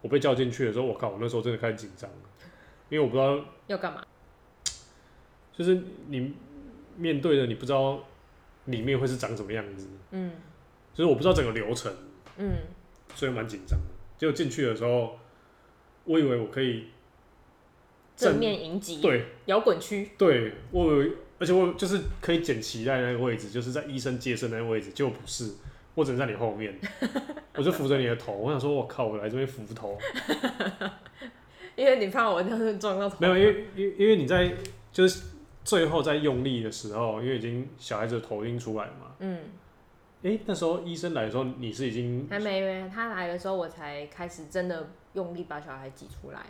A: 我被叫进去的时候，我靠，我那时候真的开始紧张了，因为我不知道，
B: 要干嘛？
A: 就是你面对的，你不知道里面会是长什么样子，
B: 嗯
A: 就是我不知道整个流程，
B: 嗯，
A: 所以蛮紧张的。结果进去的时候，我以为我可以
B: 正面迎击，
A: 对
B: 摇滚区，
A: 对，我以为，而且我就是可以捡脐带的那个位置，就是在医生接生的那个位置，结果不是，我只能在你后面，我就扶着你的头，我想说，我靠，我来这边扶头，
B: 因为你怕我这样子撞到头。
A: 没有，因为因为因为你在就是最后在用力的时候，因为已经小孩子的头已经出来嘛，
B: 嗯，
A: 诶、那时候医生来的时候，你是已经
B: 还没没，他来的时候我才开始真的用力把小孩挤出来，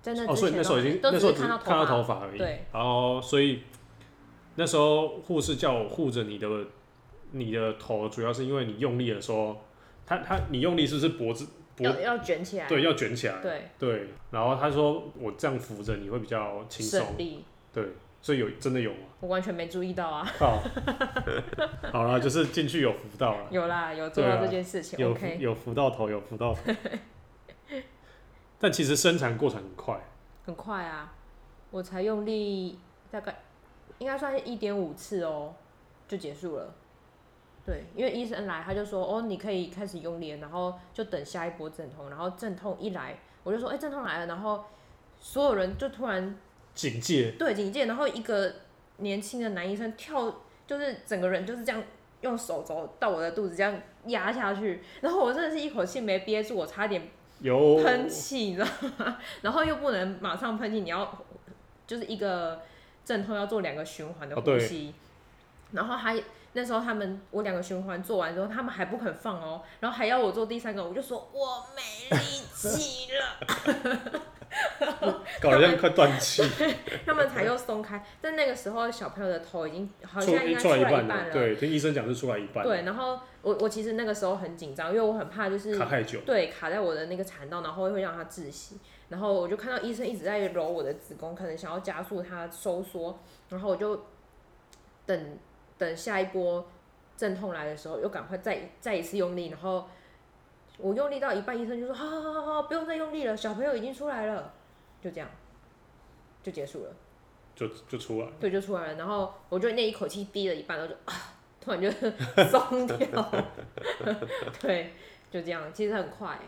B: 在那
A: 哦，所
B: 之
A: 以
B: 前
A: 那时候已经
B: 都
A: 那
B: 还
A: 时候
B: 都
A: 只是
B: 只是
A: 看
B: 看
A: 到
B: 到
A: 头
B: 头
A: 发而已，
B: 对，
A: 然后所以那时候护士叫我护着你的你的头，主要是因为你用力的时候，他他你用力是不是脖子脖
B: 要要卷起来，
A: 对要卷起来？
B: 对
A: 对，然后他说我这样扶着你会比较轻松
B: 省，力，
A: 对，所以有真的有吗？
B: 我完全没注意到啊，
A: 靠，好啦，就是进去有扶到了，
B: 有啦，有做
A: 对
B: 到
A: 啊
B: 这件事情
A: 有扶
B: ，OK，
A: 有扶到头，有扶到 头。但其实生产过程很快，
B: 很快啊，我才用力大概应该算是一点五次哦，就结束了。对，因为医生来他就说哦，你可以开始用力了，然后就等下一波阵痛，然后阵痛一来，我就说哎、阵痛来了，然后所有人就突然
A: 警戒
B: 对警戒，然后一个年轻的男医生跳，就是整个人就是这样用手肘到我的肚子这样压下去，然后我真的是一口气没憋住，我差点
A: 有
B: 喷气，你知道吗？ 然后又不能马上喷气，你要就是一个阵痛要做两个循环的
A: 哦
B: 呼
A: 对
B: 吸。然后还那时候他们我两个循环做完之后，他们还不肯放哦，然后还要我做第三个，我就说我没力气 了，
A: 搞得像快断气，
B: 他们才又松开。但那个时候小朋友的头已经 好
A: 出
B: 像应该
A: 出
B: 出来
A: 来
B: 一半
A: 半
B: 了，
A: 对，听医生讲是出来一半，
B: 对。然后我我其实那个时候很紧张，因为我很怕就是
A: 卡太久，
B: 对，卡在我的那个产道，然后会让它窒息。然后我就看到医生一直在揉我的子宫，可能想要加速它收缩。然后我就等等下一波阵痛来的时候，又赶快再再一次用力。然后我用力到一半，医生就说：“好好好好，不用再用力了，小朋友已经出来了。”就这样，就结束了。
A: 就就出来。
B: 对，就出来了。然后我就那一口气憋了一半，然后就啊，突然就 松掉。 对，就这样，其实很快。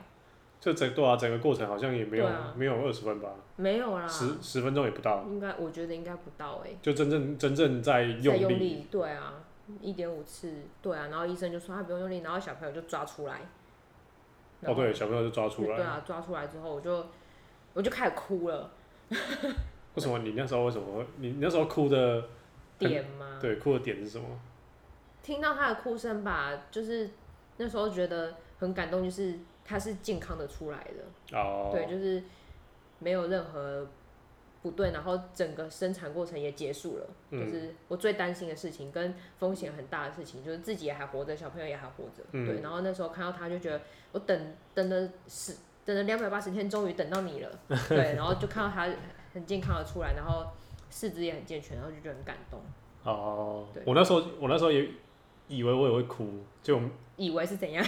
A: 就整对啊，整个过程好像也没有、
B: 对啊
A: 没有二十分吧，
B: 没有啦，
A: 十十分钟也不到，
B: 应该我觉得应该不到哎、
A: 就真正真正在
B: 再
A: 用
B: 用
A: 力，
B: 力，对啊，一点五次，对啊，然后医生就说他不用用力，然后小朋友就抓出来，然
A: 哦，
B: 后
A: 对，小朋友就抓出来。
B: 对啊，抓出来之后我就我就开始哭了，
A: 为什么你那时候为什么会你那时候哭的很
B: 点吗？
A: 对哭的点是什么？
B: 听到他的哭声吧，就是那时候觉得很感动，就是他是健康的出来的，
A: 哦，
B: 对，就是没有任何不对，然后整个生产过程也结束了。就
A: 嗯，
B: 是我最担心的事情跟风险很大的事情，就是自己也还活着，小朋友也还活着。
A: 嗯
B: 对，然后那时候看到他就觉得，我等等了十等了两百八十天，终于等 到你了。对，然后就看到他很健康的出来，然后四肢也很健全，然后就觉得很感动，
A: 哦
B: 对，
A: 我那时候我那时候也以为我也会哭，就
B: 以为是怎样？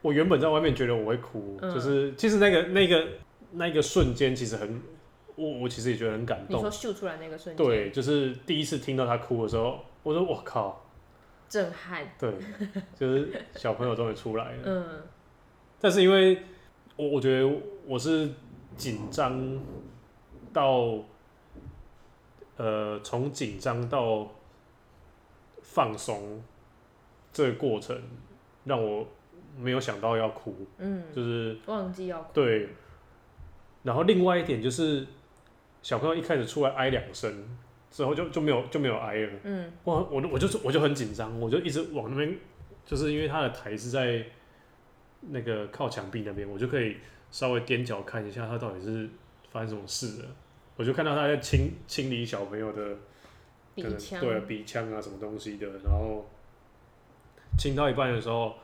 A: 我原本在外面觉得我会哭，
B: 嗯
A: 就是其实那个那个那个瞬间其实很，我我其实也觉得很感
B: 你
A: 动
B: 说，秀出来那个瞬间，
A: 对，就是第一次听到他哭的时候，我说我靠，
B: 震撼，
A: 对，就是小朋友终于出来了。
B: 嗯，
A: 但是因为我我觉得我是紧张到，呃，从紧张到放松这个过程，让我没有想到要哭，
B: 嗯，
A: 就是
B: 忘记要哭，
A: 对。然后另外一点就是，小朋友一开始出来哀两声之后就就没有就没有哀了，
B: 嗯，
A: 我我我就是我就很紧张，我就一直往那边，就是因为他的台是在那个靠墙壁那边，我就可以稍微踮脚看一下他到底是发生什么事了。我就看到他在清清理小朋友的
B: 鼻
A: 可能
B: 腔，
A: 对鼻腔啊什么东西的，然后清到一半的时候，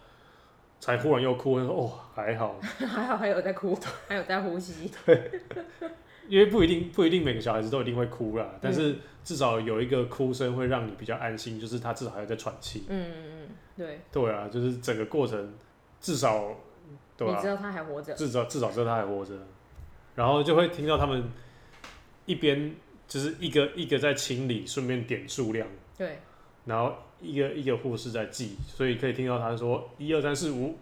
A: 才忽然又哭，我说哦还好，
B: 还 好还有在哭，还有在呼 吸，
A: 因为不一定不一定每个小孩子都一定会哭
B: 嗯
A: 啦，但是至少有一个哭声会让你比较安心，就是他至少还有在喘气。
B: 嗯嗯嗯，对，
A: 对啊，就是整个过程至少对
B: 你
A: 啊
B: 知，道他还活着，
A: 至少至少知道他还活着，然后就会听到他们一边就是一个一个在清理，顺便点数量，
B: 对，
A: 然后一个一个护士在记，所以可以听到他说一二三四五，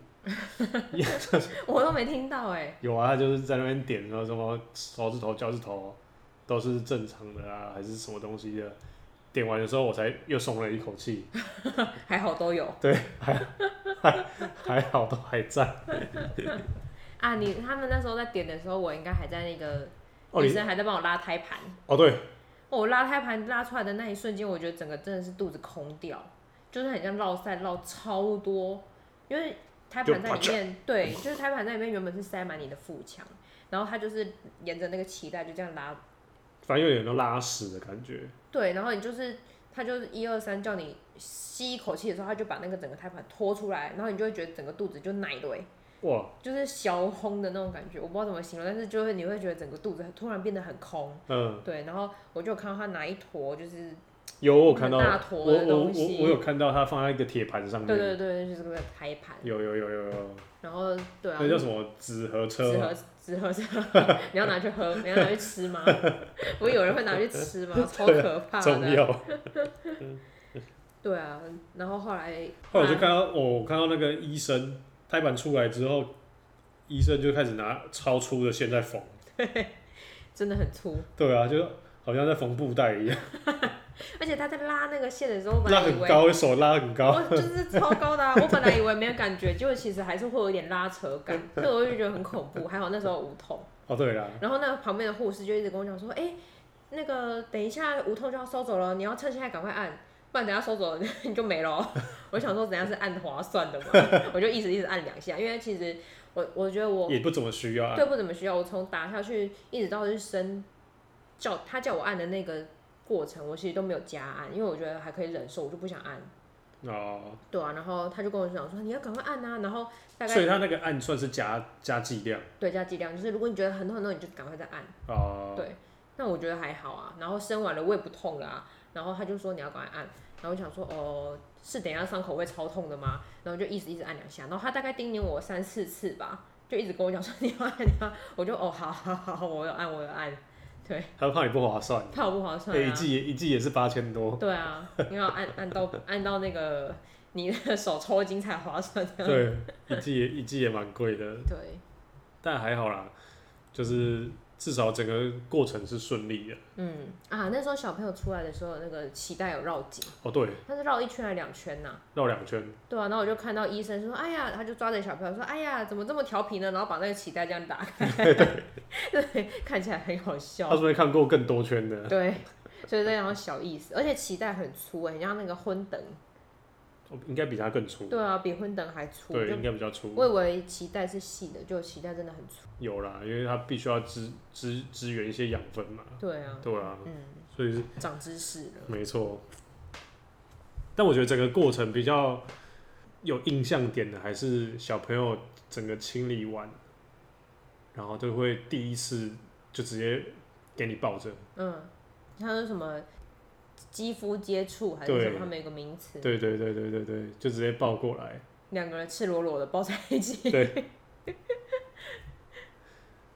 B: 我都没听到哎、
A: 有啊，他就是在那边点，然后什么手指头、脚趾头都是正常的啊，还是什么东西的。点完的时候，我才又松了一口气，
B: 还好都有
A: 还好都还在。
B: 啊！你他们那时候在点的时候，我应该还在那个
A: 哦，
B: 医
A: 你
B: 生还在帮我拉胎盘。
A: 哦对，
B: 哦我拉胎盘拉出来的那一瞬间，我觉得整个真的是肚子空掉，就是很像绕塞绕超多，因为胎盘在里面，对，就是胎盘在里面原本是塞满你的腹腔，然后它就是沿着那个脐带就这样拉，
A: 反正有点都拉屎的感觉。
B: 对，然后你就是他就是一二三叫你吸一口气的时候，他就把那个整个胎盘拖出来，然后你就会觉得整个肚子就奶对。
A: 哇，
B: 就是小烘的那种感觉，我不知道怎么形容，但是就是你会觉得整个肚子突然变得很空，
A: 嗯，
B: 对。然后我就有看到他拿一坨，就是
A: 有我有看到，
B: 很大
A: 我
B: 坨的
A: 我我
B: 东西
A: 我有看到它放在一个铁盘上面，
B: 对对对，就是这个胎盘。
A: 有有有有有，
B: 然后对啊，
A: 那叫什么纸盒车
B: 纸
A: 吗？
B: 盒纸盒车，你要拿去喝， 你要拿去吃吗？ 不会有人会拿去吃吗？超可怕
A: 啊重
B: 的。
A: 要。
B: 对啊，然后后来
A: 后来我就看到，哦我看到那个医生胎盘出来之后，医生就开始拿超粗的线在缝，
B: 真的很粗，
A: 对啊，就好像在缝布袋一样，
B: 而且他在拉那个线的时候，我本
A: 拉
B: 来以
A: 很
B: 为
A: 高，手拉很高，
B: 我就是超高的、啊，我本来以为没有感觉，结果其实还是会有一点拉扯感， 所以我就觉得很恐怖。还好那时候无痛，
A: 哦对啦，
B: 然后那个旁边的护士就一直跟我讲说，哎、那个等一下无痛就要收走了，你要趁现在赶快按，不然等一下收走了 你就没了哦。我想说怎样是按划算的嘛，我就一直一直按两下，因为其实我我觉得我
A: 也不怎么需要啊
B: 对，不怎么需要，我从打下去一直到是生叫他叫我按的那个过程，我其实都没有加按，因为我觉得还可以忍受，我就不想按。
A: 哦，
B: 对啊，然后他就跟我讲说你要赶快按啊，然后大
A: 所以
B: 概
A: 他那个按算是加加剂量
B: 对加剂量，就是如果你觉得很痛很痛，你就赶快再按。
A: 哦，
B: 对那我觉得还好啊，然后生完了胃不痛了啊，然后他就说你要赶快按，然后我想说哦是等一下伤口会超痛的吗？然后就一直一直按两下，然后他大概叮咛我三四次吧，就一直跟我讲说 你要按你要按，我就哦好好好，我有按我有按，
A: 他怕你不划算，
B: 怕我不划算
A: 哎一
B: 啊。
A: 剂也一剂也是八千 多，
B: 对啊，你要按按到按到那个你的手抽筋才划算。
A: 对，一剂也一剂也蛮贵的，
B: 对，
A: 但还好啦，就是至少整个过程是顺利的。
B: 嗯啊，那时候小朋友出来的时候，那个脐带有绕紧，
A: 哦，对，
B: 他是绕一圈还是两圈呐、
A: 绕两圈，
B: 对啊，然后我就看到医生说：“哎呀，他就抓着小朋友说：‘哎呀，怎么这么调皮呢？’然后把那个脐带这样打 开，对，看起来很好
A: 他
B: 笑
A: 是。不是看过更多圈的？
B: 对，所以这样小意思，而且脐带很粗、欸，很像那个婚灯。
A: 哦应该比他更粗，
B: 对啊，比婚灯还粗。
A: 对，
B: 就
A: 应该比较粗。
B: 我以为脐带是细的，就脐带真的很粗。
A: 有啦，因为他必须要支支支援一些养分嘛，
B: 对啊，
A: 对啊，
B: 嗯，
A: 所以是
B: 长知识了。
A: 没错。但我觉得整个过程比较有印象点的，还是小朋友整个清理完，然后就会第一次就直接给你抱着，
B: 嗯，他说什么肌肤接触还是
A: 对
B: 什么，他们有个名词，
A: 对对对对对对，就直接抱过来。
B: 两个人赤裸裸的抱在一起。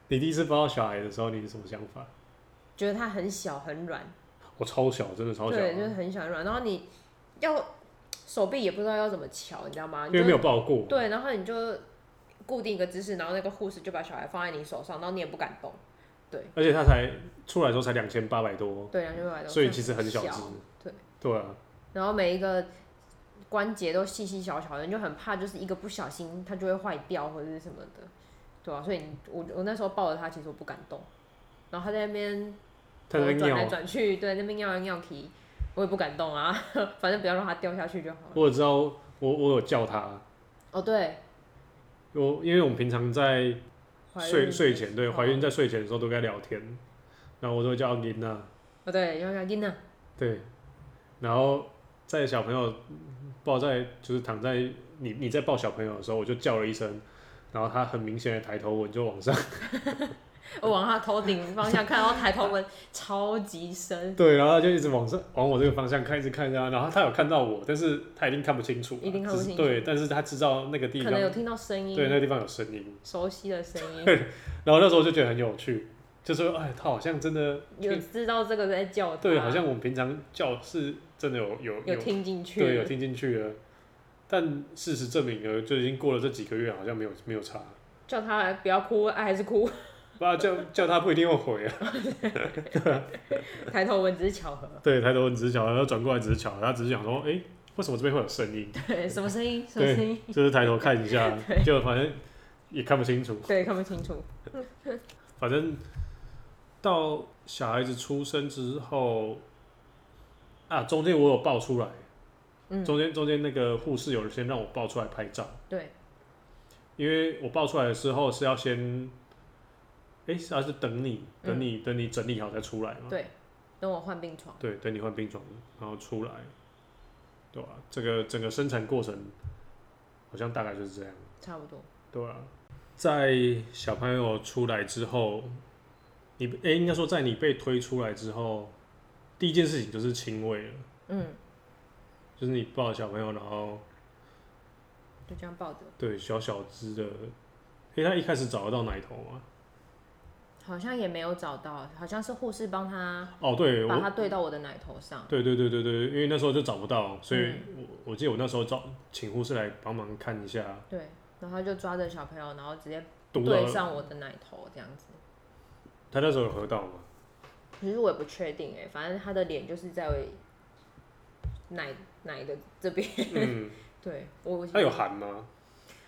A: 你第一次抱到小孩的时候，你是什么想法？
B: 觉得它很小很软，
A: 我超小，真的超小啊、
B: 对，就是很小很软。然后你要手臂也不知道要怎么翘，你知道吗？
A: 因
B: 你
A: 为
B: 就
A: 没有抱过。
B: 对，然后你就固定一个姿势，然后那个护士就把小孩放在你手上，然后你也不敢动。
A: 而且他才出来的时候才两千八百多，
B: 对，然后就把
A: 所以其实很
B: 小
A: 小只。
B: 对
A: 对啊，
B: 然后每一个关节都细细小小的，你就很怕就是一个不小心它就会坏掉或者是什么的，对啊，所以你我我那时候抱着它，其实我不敢动，然后它在那边
A: 他在那边
B: 转来
A: 尿。
B: 转去，对，那边尿来尿去，我也不敢动啊， 反正不要让它掉下去就好了。
A: 我有知道，我我有叫他，
B: 哦，对，
A: 我因为我们平常在
B: 怀
A: 睡
B: 孕
A: 睡前，对，
B: 哦
A: 怀孕在睡前的时候都跟他聊天，然后我都会叫琳娜，
B: 哦，对，要要囡仔，
A: 对，然后在小朋友抱在就是躺在你你在抱小朋友的时候，我就叫了一声，然后他很明显的抬头纹就往上，
B: 我往他头顶方向看，然后抬头纹超级深，
A: 对，然后他就一直往上往我这个方向看，一直看着他，然后他有看到我，但是他一定看不清楚啊，
B: 一定看不
A: 只是
B: 清楚
A: 对，但是他知道那个地
B: 可
A: 方，
B: 能有听到声
A: 对，那个
B: 音，
A: 地方有声音，
B: 熟悉的声音，
A: 然后那时候就觉得很有趣，就说哎，他好像真的
B: 有知道这个在叫他，
A: 对，好像我们平常叫是真的有有
B: 有听进去，
A: 对有听进去了，但事实证明了，就已经过了这几个月，好像没有没有差。
B: 叫他来不要哭，哎还是哭，
A: 爸叫叫他不一定会回啊。
B: 抬头纹只是巧合，
A: 对，抬头很直巧，然后转过来直巧，他只是想说，哎、为什么这边会有声音？
B: 对，什么声音，什么声
A: 对
B: 音，，
A: 就是抬头看一 下，就反正也看不清楚，
B: 对，看不清楚，
A: 反正到小孩子出生之后。啊，中间我有抱出来，
B: 嗯，
A: 中间中间那个护士有先让我抱出来拍照，
B: 对，
A: 因为我抱出来的时候是要
B: 嗯
A: 先，哎、是要是等你，等你，等你整理好再出来嘛。
B: 对。等我换病床。
A: 对，等你换病床，然后出来，对吧、这个整个生产过程好像大概就是这样。
B: 差不多，
A: 对啊，在小朋友出来之后，你诶、应该说在你被推出来之后，第一件事情就是亲喂了，
B: 嗯，
A: 就是你抱小朋友，然后
B: 就这样抱着，
A: 对小小只的，因为他一开始找得到奶头嘛。
B: 好像也没有找到，好像是护士帮他
A: 哦，对
B: 把
A: 我，
B: 他对到我的奶头上，
A: 对对对对对，因为那时候就找不到，所以
B: 嗯
A: 我我记得我那时候找请护士来帮忙看一下，
B: 对，然后他就抓着小朋友，然后直接
A: 动到
B: 对上我的奶头这样子。
A: 他那时候有喝到 嘛。
B: 其实我也不确定哎、反正他的脸就是在我奶奶的这边，
A: 嗯，
B: 对我
A: 他有含吗？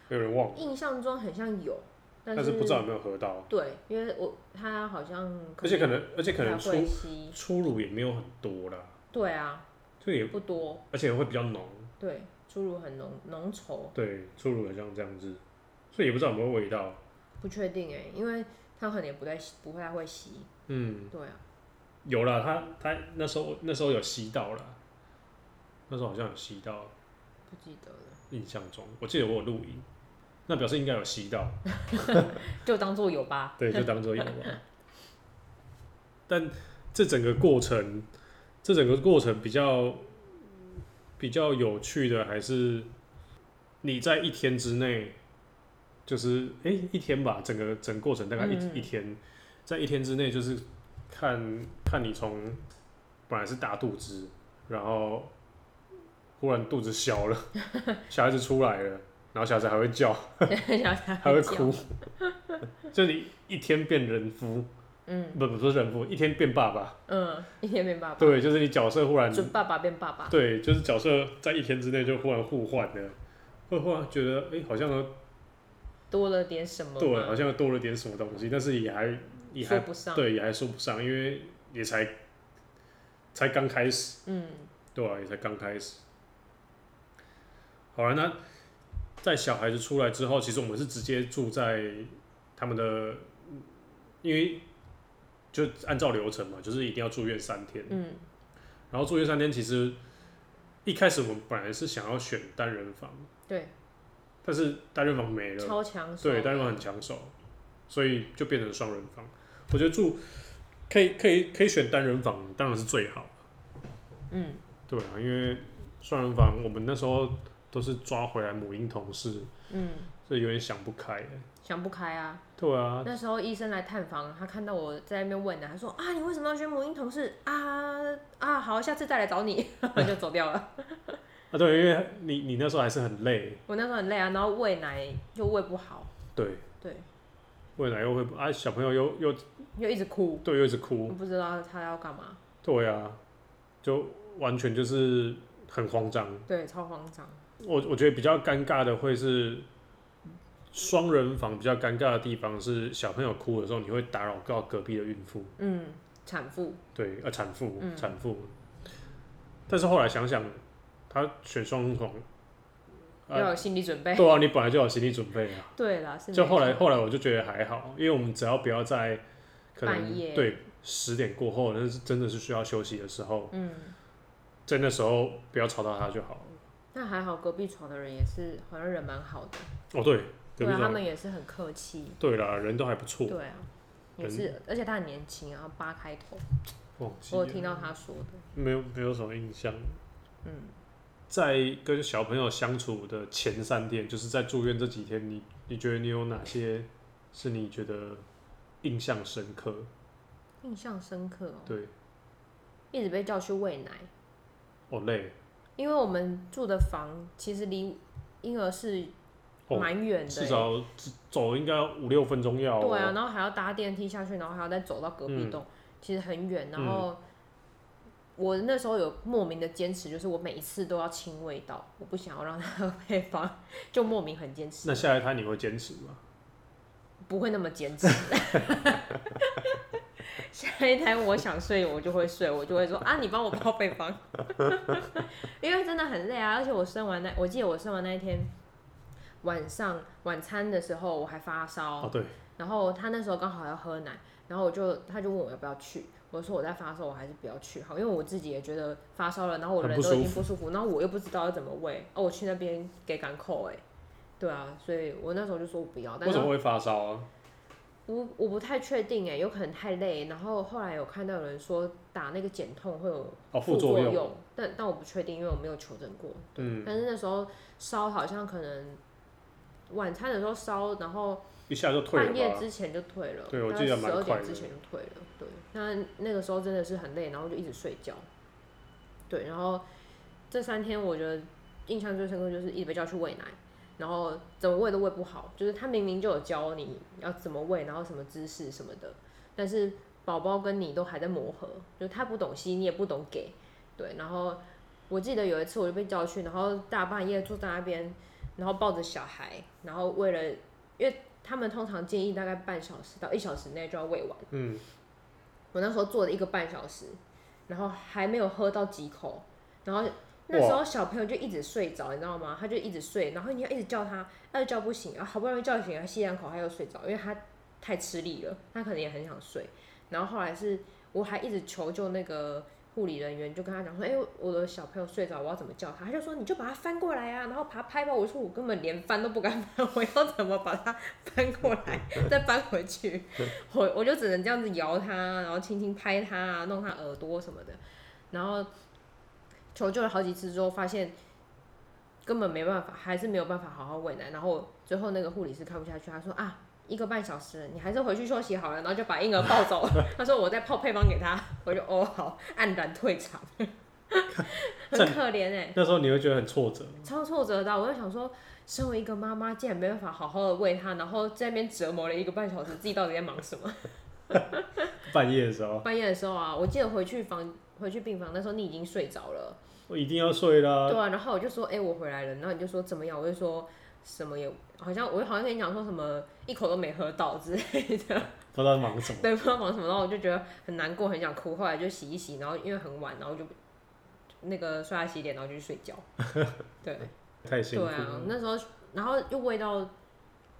A: 有人忘了，
B: 印象中很像有，但
A: 但是不知道有没有喝到，
B: 对，因为我他好像
A: 而且可能而且可能出
B: 才会吸，
A: 初乳也没有很多啦，
B: 对啊，
A: 就也
B: 不多，
A: 而且会比较浓，
B: 对，侏儒很浓浓稠，
A: 对，初乳好像这样子，所以也不知道有没有味道。
B: 不确定哎、因为他可能也不太不太会吸，
A: 嗯，
B: 对啊，
A: 有啦，他他那时候那时候有吸到啦，那时候好像有吸到，
B: 不记得了，
A: 印象中我记得我有录影，那表示应该有吸到，
B: 就当做有吧。
A: 对，就当做有吧。 但这整个过程，这整个过程比较比较有趣的，还是你在一天之内，就是诶一天吧，整个整个过程大概一、
B: 嗯
A: 一天，在一天之内，就是看看你从本来是大肚子，然后忽然肚子小了， 小孩子出来了，然后小孩子还会叫，
B: 然后他
A: 还会
B: 叫
A: 哭， 就你一天变人夫，
B: 嗯
A: 不不不是人夫，一天变爸爸，
B: 嗯，一天变爸爸，
A: 对，就是你角色忽然，
B: 准爸爸变爸爸，
A: 对，就是角色在一天之内就忽然互换了，会忽然觉得哎、诶好像
B: 多了点什么？
A: 对，好，像多了点什么东西，但是也还也
B: 说
A: 还
B: 不上。
A: 对也还说不上，因为也才才刚开始。
B: 嗯，
A: 对啊，也才刚开始。好了，那在小孩子出来之后，其实我们是直接住在他们的，因为就按照流程嘛，就是一定要住院三天。
B: 嗯，
A: 然后住院三天，其实一开始我们本来是想要选单人房，
B: 对，
A: 但是单人房没了，
B: 超强手
A: 对，单人房很抢手，所以就变成双人房。我觉得住可以可以可以选单人房，当然是最好。
B: 嗯，
A: 对啊，因为双人房我们那时候都是抓回来母婴同事，
B: 嗯，
A: 所以有点想不开耶。
B: 想不开啊。
A: 对啊，
B: 那时候医生来探访，他看到我在那边问的，他说啊，你为什么要选母婴同事啊啊？好，下次再来找你， 就走掉了。
A: 啊对，因为你你那时候还是很累，
B: 我那时候很累啊，然后喂奶又喂不好，
A: 对，
B: 对，
A: 未来又会啊小朋友又又
B: 又一直哭，
A: 对又一直
B: 我
A: 哭，
B: 不知道他要干嘛，
A: 对啊，就完全就是很慌张。
B: 对，超慌张。
A: 我我觉得比较尴尬的会是。双人房比较尴尬的地方是，小朋友哭的时候，你会打扰到隔壁的孕妇。
B: 嗯，产妇，
A: 对，呃，产妇，
B: 嗯
A: 产妇。但是后来想想，他选双人床，
B: 要
A: 啊，
B: 有心理准备。
A: 对啊，你本来就有心理准备啊。
B: 对啦，是没
A: 就后来
B: 错
A: 后来我就觉得还好，因为我们只要不要在可能
B: 半夜
A: 对十点过后，那是真的是需要休息的时候，
B: 嗯，
A: 在那时候不要吵到他就好了。
B: 那还好，隔壁床的人也是好像人蛮好的，
A: 哦，对，隔
B: 对
A: 壁
B: 啊，他
A: 床，
B: 们也是很客气，
A: 对啦，人都还不错，
B: 对啊，也是，而且他很年轻啊，八开头，
A: 忘记
B: 我有
A: 了
B: 听到他说的，
A: 没有没有什么印象。
B: 嗯，
A: 在跟小朋友相处的前三天，就是在住院这几天，你你觉得你有哪些是你觉得印象深刻？
B: 印象深刻哦，
A: 对，
B: 一直被叫去喂奶，
A: 哦累，
B: 因为我们住的房其实离婴儿室
A: 哦
B: 蛮远的
A: 至
B: 欸、
A: 少至走应该要五六分钟要、哦。嗯
B: 对啊，然后还要搭电梯下去，然后还要再走到隔壁栋，其实很远。然后我那时候有莫名的坚持，就是我每一次都要亲喂到，我不想要让他 配方，就莫名很坚持
A: 那，下一胎你会坚持吗？
B: 不会那么坚持。 下一胎我想睡我就会睡，我就会说啊，你帮我抱配 方，因为真的很累啊。而且我生完那，我记得我生完那一天，晚上晚餐的时候我还发烧，
A: 哦，对，
B: 然后他那时候刚好要喝奶，然后我就他就问我要不要去，我说我在发烧，我还是不要去好，因为我自己也觉得发烧了，然后我
A: 很
B: 人
A: 不
B: 都已
A: 舒
B: 经不舒服，然后我又不知道要怎么喂，哦，我去那边给港口哎、对啊，所以我那时候就说我不要，但
A: 为
B: 是
A: 什么会发烧啊？
B: 我我不太确定哎、有可能太累，然后后来有看到有人说打那个减痛会有
A: 哦，
B: 副
A: 副
B: 作
A: 作
B: 用，
A: 用，
B: 但但我不确定，因为我没有求诊过，
A: 嗯，
B: 但是那时候烧好像可能晚餐的时候烧，然后。
A: 一下就退
B: 半
A: 了啊
B: 夜
A: 吧。
B: 之前就退了，
A: 对我
B: 大
A: 记
B: 概
A: 得
B: 十
A: 蛮
B: 二
A: 快
B: 点
A: 的
B: 之前就退了。对，那那个时候真的是很累，然后就一直睡觉。对，然后这三天我觉得印象最深刻就是一直被叫去喂奶，然后怎么喂都喂不好，就是他明明就有教你要怎么喂，然后什么姿势什么的，但是宝宝跟你都还在磨合，就他不懂吸，你也不懂给。对，然后我记得有一次我就被叫去，然后大半夜坐在那边，然后抱着小孩，然后为了他们通常建议大概半小时到一小时内就要喂完。
A: 嗯，
B: 我那时候做了一个半小时，然后还没有喝到几口，然后那时候小朋友就一直睡着，你知道吗？他就一直睡，然后你要一直叫他，他就叫不醒，然后好不容易叫醒，他吸两口，他又睡着，因为他太吃力了，他可能也很想睡。然后后来是我还一直求救那个护理人员，就跟他讲说：“哎、我的小朋友睡着，我要怎么叫他？”他就说：“你就把他翻过来啊，然后把他拍吧。”我说：“我根本连翻都不敢翻，我要怎么把他 翻过来，再翻回去？我我就只能这样子摇他，然后轻轻拍他啊，弄他耳朵什么的。然后求救了好几次之后，发现根本没办法，还是没有办法好好喂奶。然后最后那个护理师看不下去，他说：“啊。”一个半小时了，你还是回去休息好了，然后就把婴儿抱走。他说我再泡配方给他， 我就哦好，黯然退场， 很可怜哎、
A: 那时候你会觉得很挫折，
B: 超挫折的啊。我就想说，身为一个妈妈，竟然没办法好好的喂他，然后在那边折磨了一个半小时，自己到底在忙什么？
A: 半夜的时候，
B: 半夜的时候啊，我记得回去房回去病房那时候你已经睡着了，
A: 我一定要睡啦。
B: 对啊，然后我就说，哎、我回来了，然后你就说怎么样？我就说什么也好像我好像跟你讲说什么一口都没喝到之类的，
A: 不知道在忙什么，
B: 对，不知道忙什么，然后我就觉得很难过，很想哭，后来就洗一洗，然后因为很晚，然后就那个刷牙洗脸，然后就去睡觉， 对。
A: 太辛苦
B: 对啊
A: 了。，
B: 那时候然后又喂到，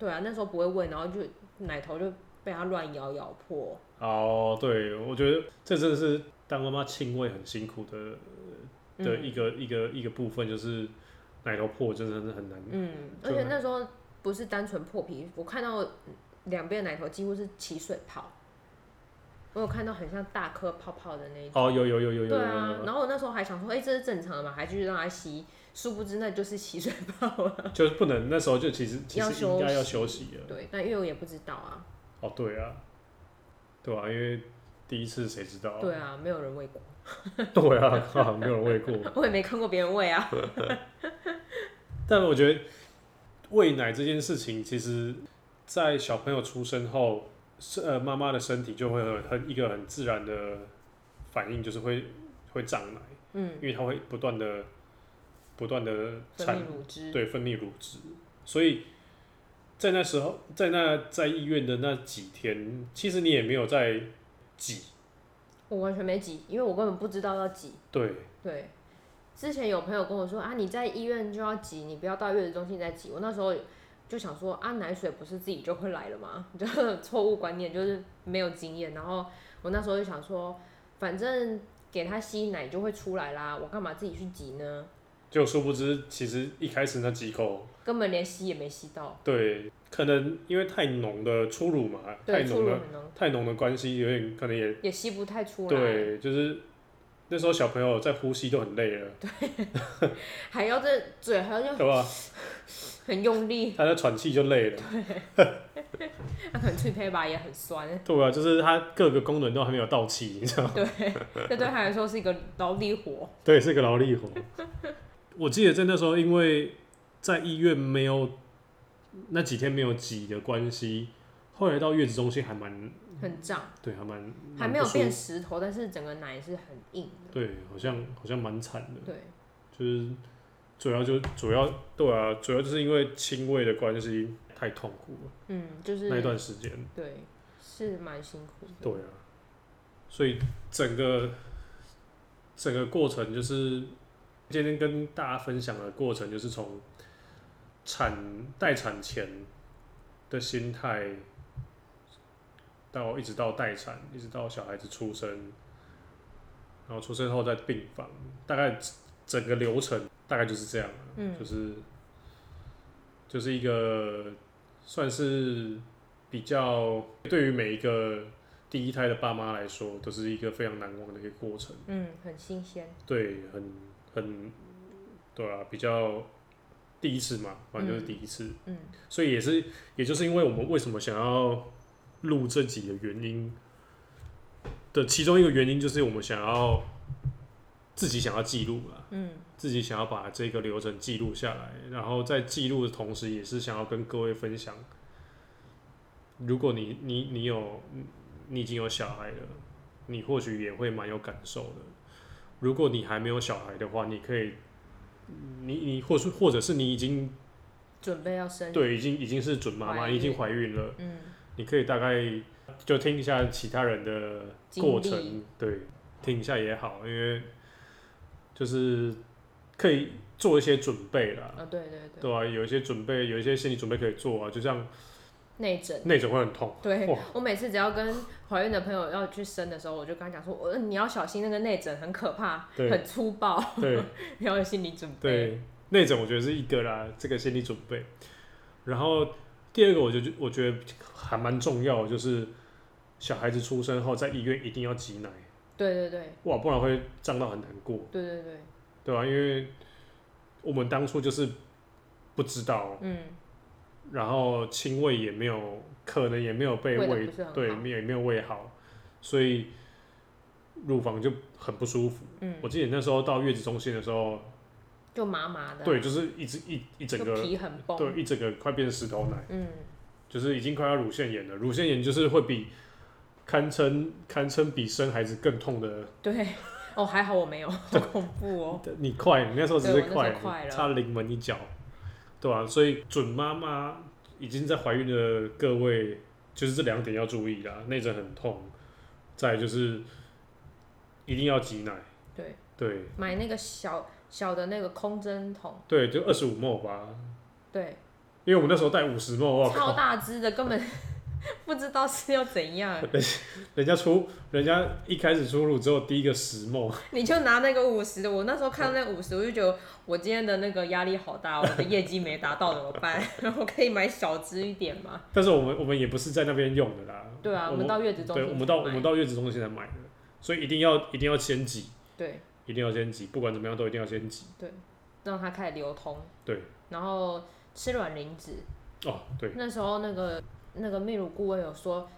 B: 对啊，那时候不会喂，然后就奶头就被他乱咬咬破。
A: 哦，对，我觉得这真的是当妈妈亲喂很辛苦的呃的
B: 嗯
A: 一个、一个一个部分，就是奶头破，真的是很难。
B: 嗯，而且那时候不是单纯破皮，我看到两边的奶头几乎是起水泡，我有看到很像大颗泡泡的那一种。
A: 哦，有有有有有有
B: 对
A: 有
B: 啊
A: 有，
B: 然后我那时候还想说，哎、这是正常的嘛，还继续让 它吸，殊不知那就是起水泡了。
A: 有，就是不能那时候就其实其
B: 要
A: 实应该要
B: 休
A: 休息了。
B: 对，但因为我也不知道啊，
A: 哦，对啊，对啊，因为第一次谁知道？
B: 对啊，没有人喂过，
A: 对啊， 靠没有人喂过。
B: 我也没看过别人喂啊。
A: 但我觉得喂奶这件事情，其实，在小朋友出生后，是呃妈妈的身体就会有很一个很自然的反应，就是会会胀奶，
B: 嗯，
A: 因为它会不断的不断的
B: 分
A: 产
B: 泌乳汁。
A: 对分泌乳汁，所以在那时候，在那在医院的那几天，其实你也没有在挤，
B: 我完全没挤，因为我根本不知道要挤。
A: 对，
B: 对，之前有朋友跟我说啊，你在医院就要挤，你不要到月子中心再挤。我那时候就想说啊，奶水不是自己就会来了吗？ 就是错误观念，就是没有经验。然后我那时候就想说，反正给他吸奶就会出来啦，我干嘛自己去挤呢？
A: 就殊不知其实一开始那几口
B: 根本连吸也没吸到。
A: 对，可能因为太浓的初乳嘛，太
B: 对，出
A: 浓
B: 乳
A: 的
B: 很浓，
A: 太浓的关系，有点可能也
B: 也吸不太出来，
A: 对，就是那时候小朋友在呼吸都很累了，
B: 还要这嘴还要用
A: 对吧？
B: 很用力，
A: 他在喘气就累了，
B: 他、可能脆胚吧也很酸。
A: 对啊，就是他各个功能都还没有到齐，你知道吗？
B: 这对他来说是一个劳力活。
A: 对，是个劳力活。我记得在那时候，因为在医院没有那几天没有挤的关系，后来到月子中心还蛮
B: 很胀，
A: 对，还蛮
B: 还
A: 蛮
B: 没有
A: 嗯不舒
B: 变
A: 服
B: 石头，但是整个奶是很硬的。
A: 对，好像好像蛮惨的。
B: 对，
A: 就是主要就主要对啊，主要就是因为亲喂的关系太痛苦了、
B: 嗯，就是
A: 那一段时间，
B: 对，是蛮辛苦的。
A: 对啊，所以整个整个过程就是今天跟大家分享的过程，就是从产待产前的心态，到一直到待产，一直到小孩子出生，然后出生后在病房，大概整个流程大概就是这样，啊
B: 嗯
A: 就是就是一个算是比较对于每一个第一胎的爸妈来说，都是一个非常难忘的一个过程。
B: 嗯，很新鲜，
A: 对，很很对啊，比较第一次嘛，反正就是第一次，
B: 嗯
A: 所以也是，也就是因为我们为什么想要录这集的原因的其中一个原因，就是我们想要自己想要记录啦，
B: 嗯
A: 自己想要把这个流程记录下来，然后在记录的同时，也是想要跟各位分享，如果你你你有你你已经有小孩了，你或许也会蛮有感受的。如果你还没有小孩的话，你可以，你你或是或者是你已经
B: 准备要生，
A: 对已经已经是准妈妈，
B: 怀
A: 已
B: 孕
A: 经怀孕了，
B: 嗯，
A: 你可以大概就听一下其他人的过
B: 经
A: 程，对，听一下也好，因为就是可以做一些准备啦，
B: 啊，对对对，
A: 对啊，有一些准备，有一些心理准备可以做啊，就像
B: 内诊。
A: 内诊会很痛，
B: 对
A: 哇
B: 我每次只要跟怀孕的朋友要去生的时候，我就跟他讲说，我、你要小心那个内诊很可怕，
A: 对
B: 很粗暴，
A: 对
B: 你要有心理准备。
A: 对，内诊我觉得是一个啦，这个心理准备，然后第二个我就觉我觉得还蛮重要的，就是小孩子出生后在医院一定要挤奶，
B: 对对对
A: 哇，不然会胀到很难过。
B: 对对对，
A: 对啊，因为我们当初就是不知道，
B: 嗯，
A: 然后亲喂也没有，可能也没有被
B: 喂得
A: 喂
B: 不是很，
A: 对，
B: 好
A: 没有也没有喂好，所以乳房就很不舒服。
B: 嗯
A: 我记得那时候到月子中心的时候，
B: 就麻麻的，
A: 对，就是一直一一整
B: 啊就
A: 个，
B: 皮很崩，
A: 对，一整个快变石头奶，
B: 嗯，
A: 就是已经快要乳腺炎了。乳腺炎就是会比堪称堪称比生孩子更痛的
B: 对，哦，还好我没有，好恐怖哦，
A: 你快，你那时候只是
B: 对我
A: 快，
B: 那时候快了
A: 差临门一脚，对啊，所以准妈妈已经在怀孕的各位，就是这两点要注意啦，内诊很痛，再来就是一定要挤奶，
B: 对，
A: 对
B: 买那个小小的那个空针筒，
A: 对，就二十五沫吧，
B: 对，
A: 因为我们那时候带五十啊沫，我
B: 超
A: 靠，
B: 大只的，根本 不知道是要怎 样，
A: 人家出人家一开始出乳只有第一个十沫，
B: 你就拿那个五十的，我那时候看到那五十，我就觉得我今天的那个压力好大，我的业绩没达到怎么办？ 我可以买小只一点吗？
A: 但是我们我们也不是在那边用的啦，
B: 对啊，我
A: 我
B: 们到月子中
A: 对
B: 心，
A: 我们到我们，到月子中心才买的，所以一定要一定要先挤，
B: 对，
A: 一定要先挤，不管怎么样都一定要先挤，
B: 让它开始流通，
A: 对。
B: 然后吃卵磷脂，
A: 哦，对，
B: 那时候那个那个泌乳顾问有说，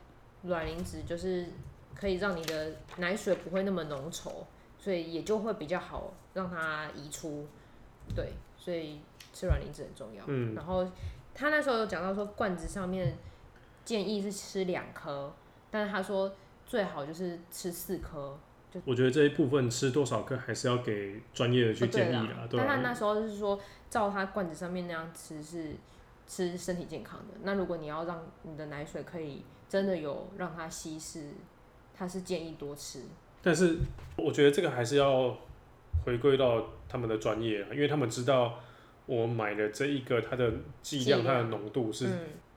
B: 卵磷脂就是可以让你的奶水不会那么浓稠，所以也就会比较好让它移出。对，所以吃卵磷脂很重要。
A: 嗯
B: 然后他那时候有讲到说，罐子上面建议是吃两颗，但是他说最好就是吃四颗。
A: 我觉得这一部分吃多少克还是要给专业的去
B: 哦对
A: 建议
B: 啦
A: 啦，对啊
B: 但他
A: 吧、
B: 那时候是说，照他罐子上面那样吃是吃身体健康的。那如果你要让你的奶水可以真的有让它稀释，他是建议多吃。
A: 但是我觉得这个还是要回归到他们的专业啊，因为他们知道我买的这一个它的剂量、
B: 剂量
A: 它的浓度是
B: 嗯，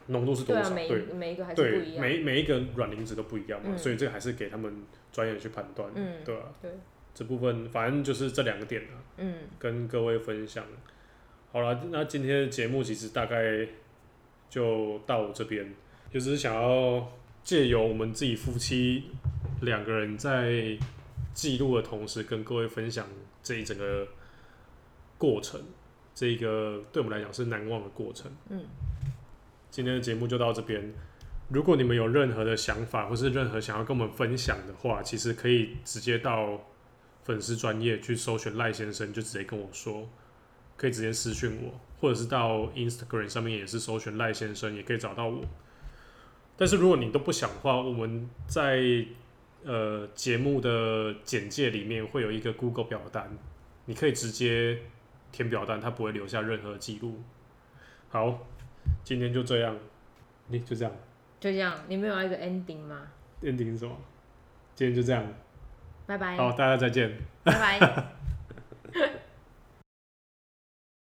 A: 浓、度是多
B: 对啊，
A: 少，
B: 每
A: 对
B: 每一个还是不一
A: 对，
B: 样。
A: 每每一个软磷脂都不一样嘛，
B: 嗯
A: 所以这个还是给他们专业去判断，
B: 嗯
A: 对吧、啊
B: 对，
A: 这部分反正就是这两个点啊，
B: 嗯，
A: 跟各位分享。好了，那今天的节目其实大概就到这边，就只是想要借由我们自己夫妻两个人在记录的同时，跟各位分享这一整个过程，这一个对我们来讲是难忘的过程。
B: 嗯，
A: 今天的节目就到这边。如果你们有任何的想法，或是任何想要跟我们分享的话，其实可以直接到粉丝专业去搜寻赖先生，就直接跟我说，可以直接私讯我，或者是到 Instagram 上面也是搜寻赖先生，也可以找到我。但是如果你都不想的话，我们在呃节目的简介里面会有一个 Google 表单，你可以直接填表单，它不会留下任何记录。好，今天就这样，你就这样
B: 就这样。你们有一个 ending 吗？
A: ，ending 是什么？今天就这样，
B: 拜拜，
A: 好，大家再见。
B: 拜拜。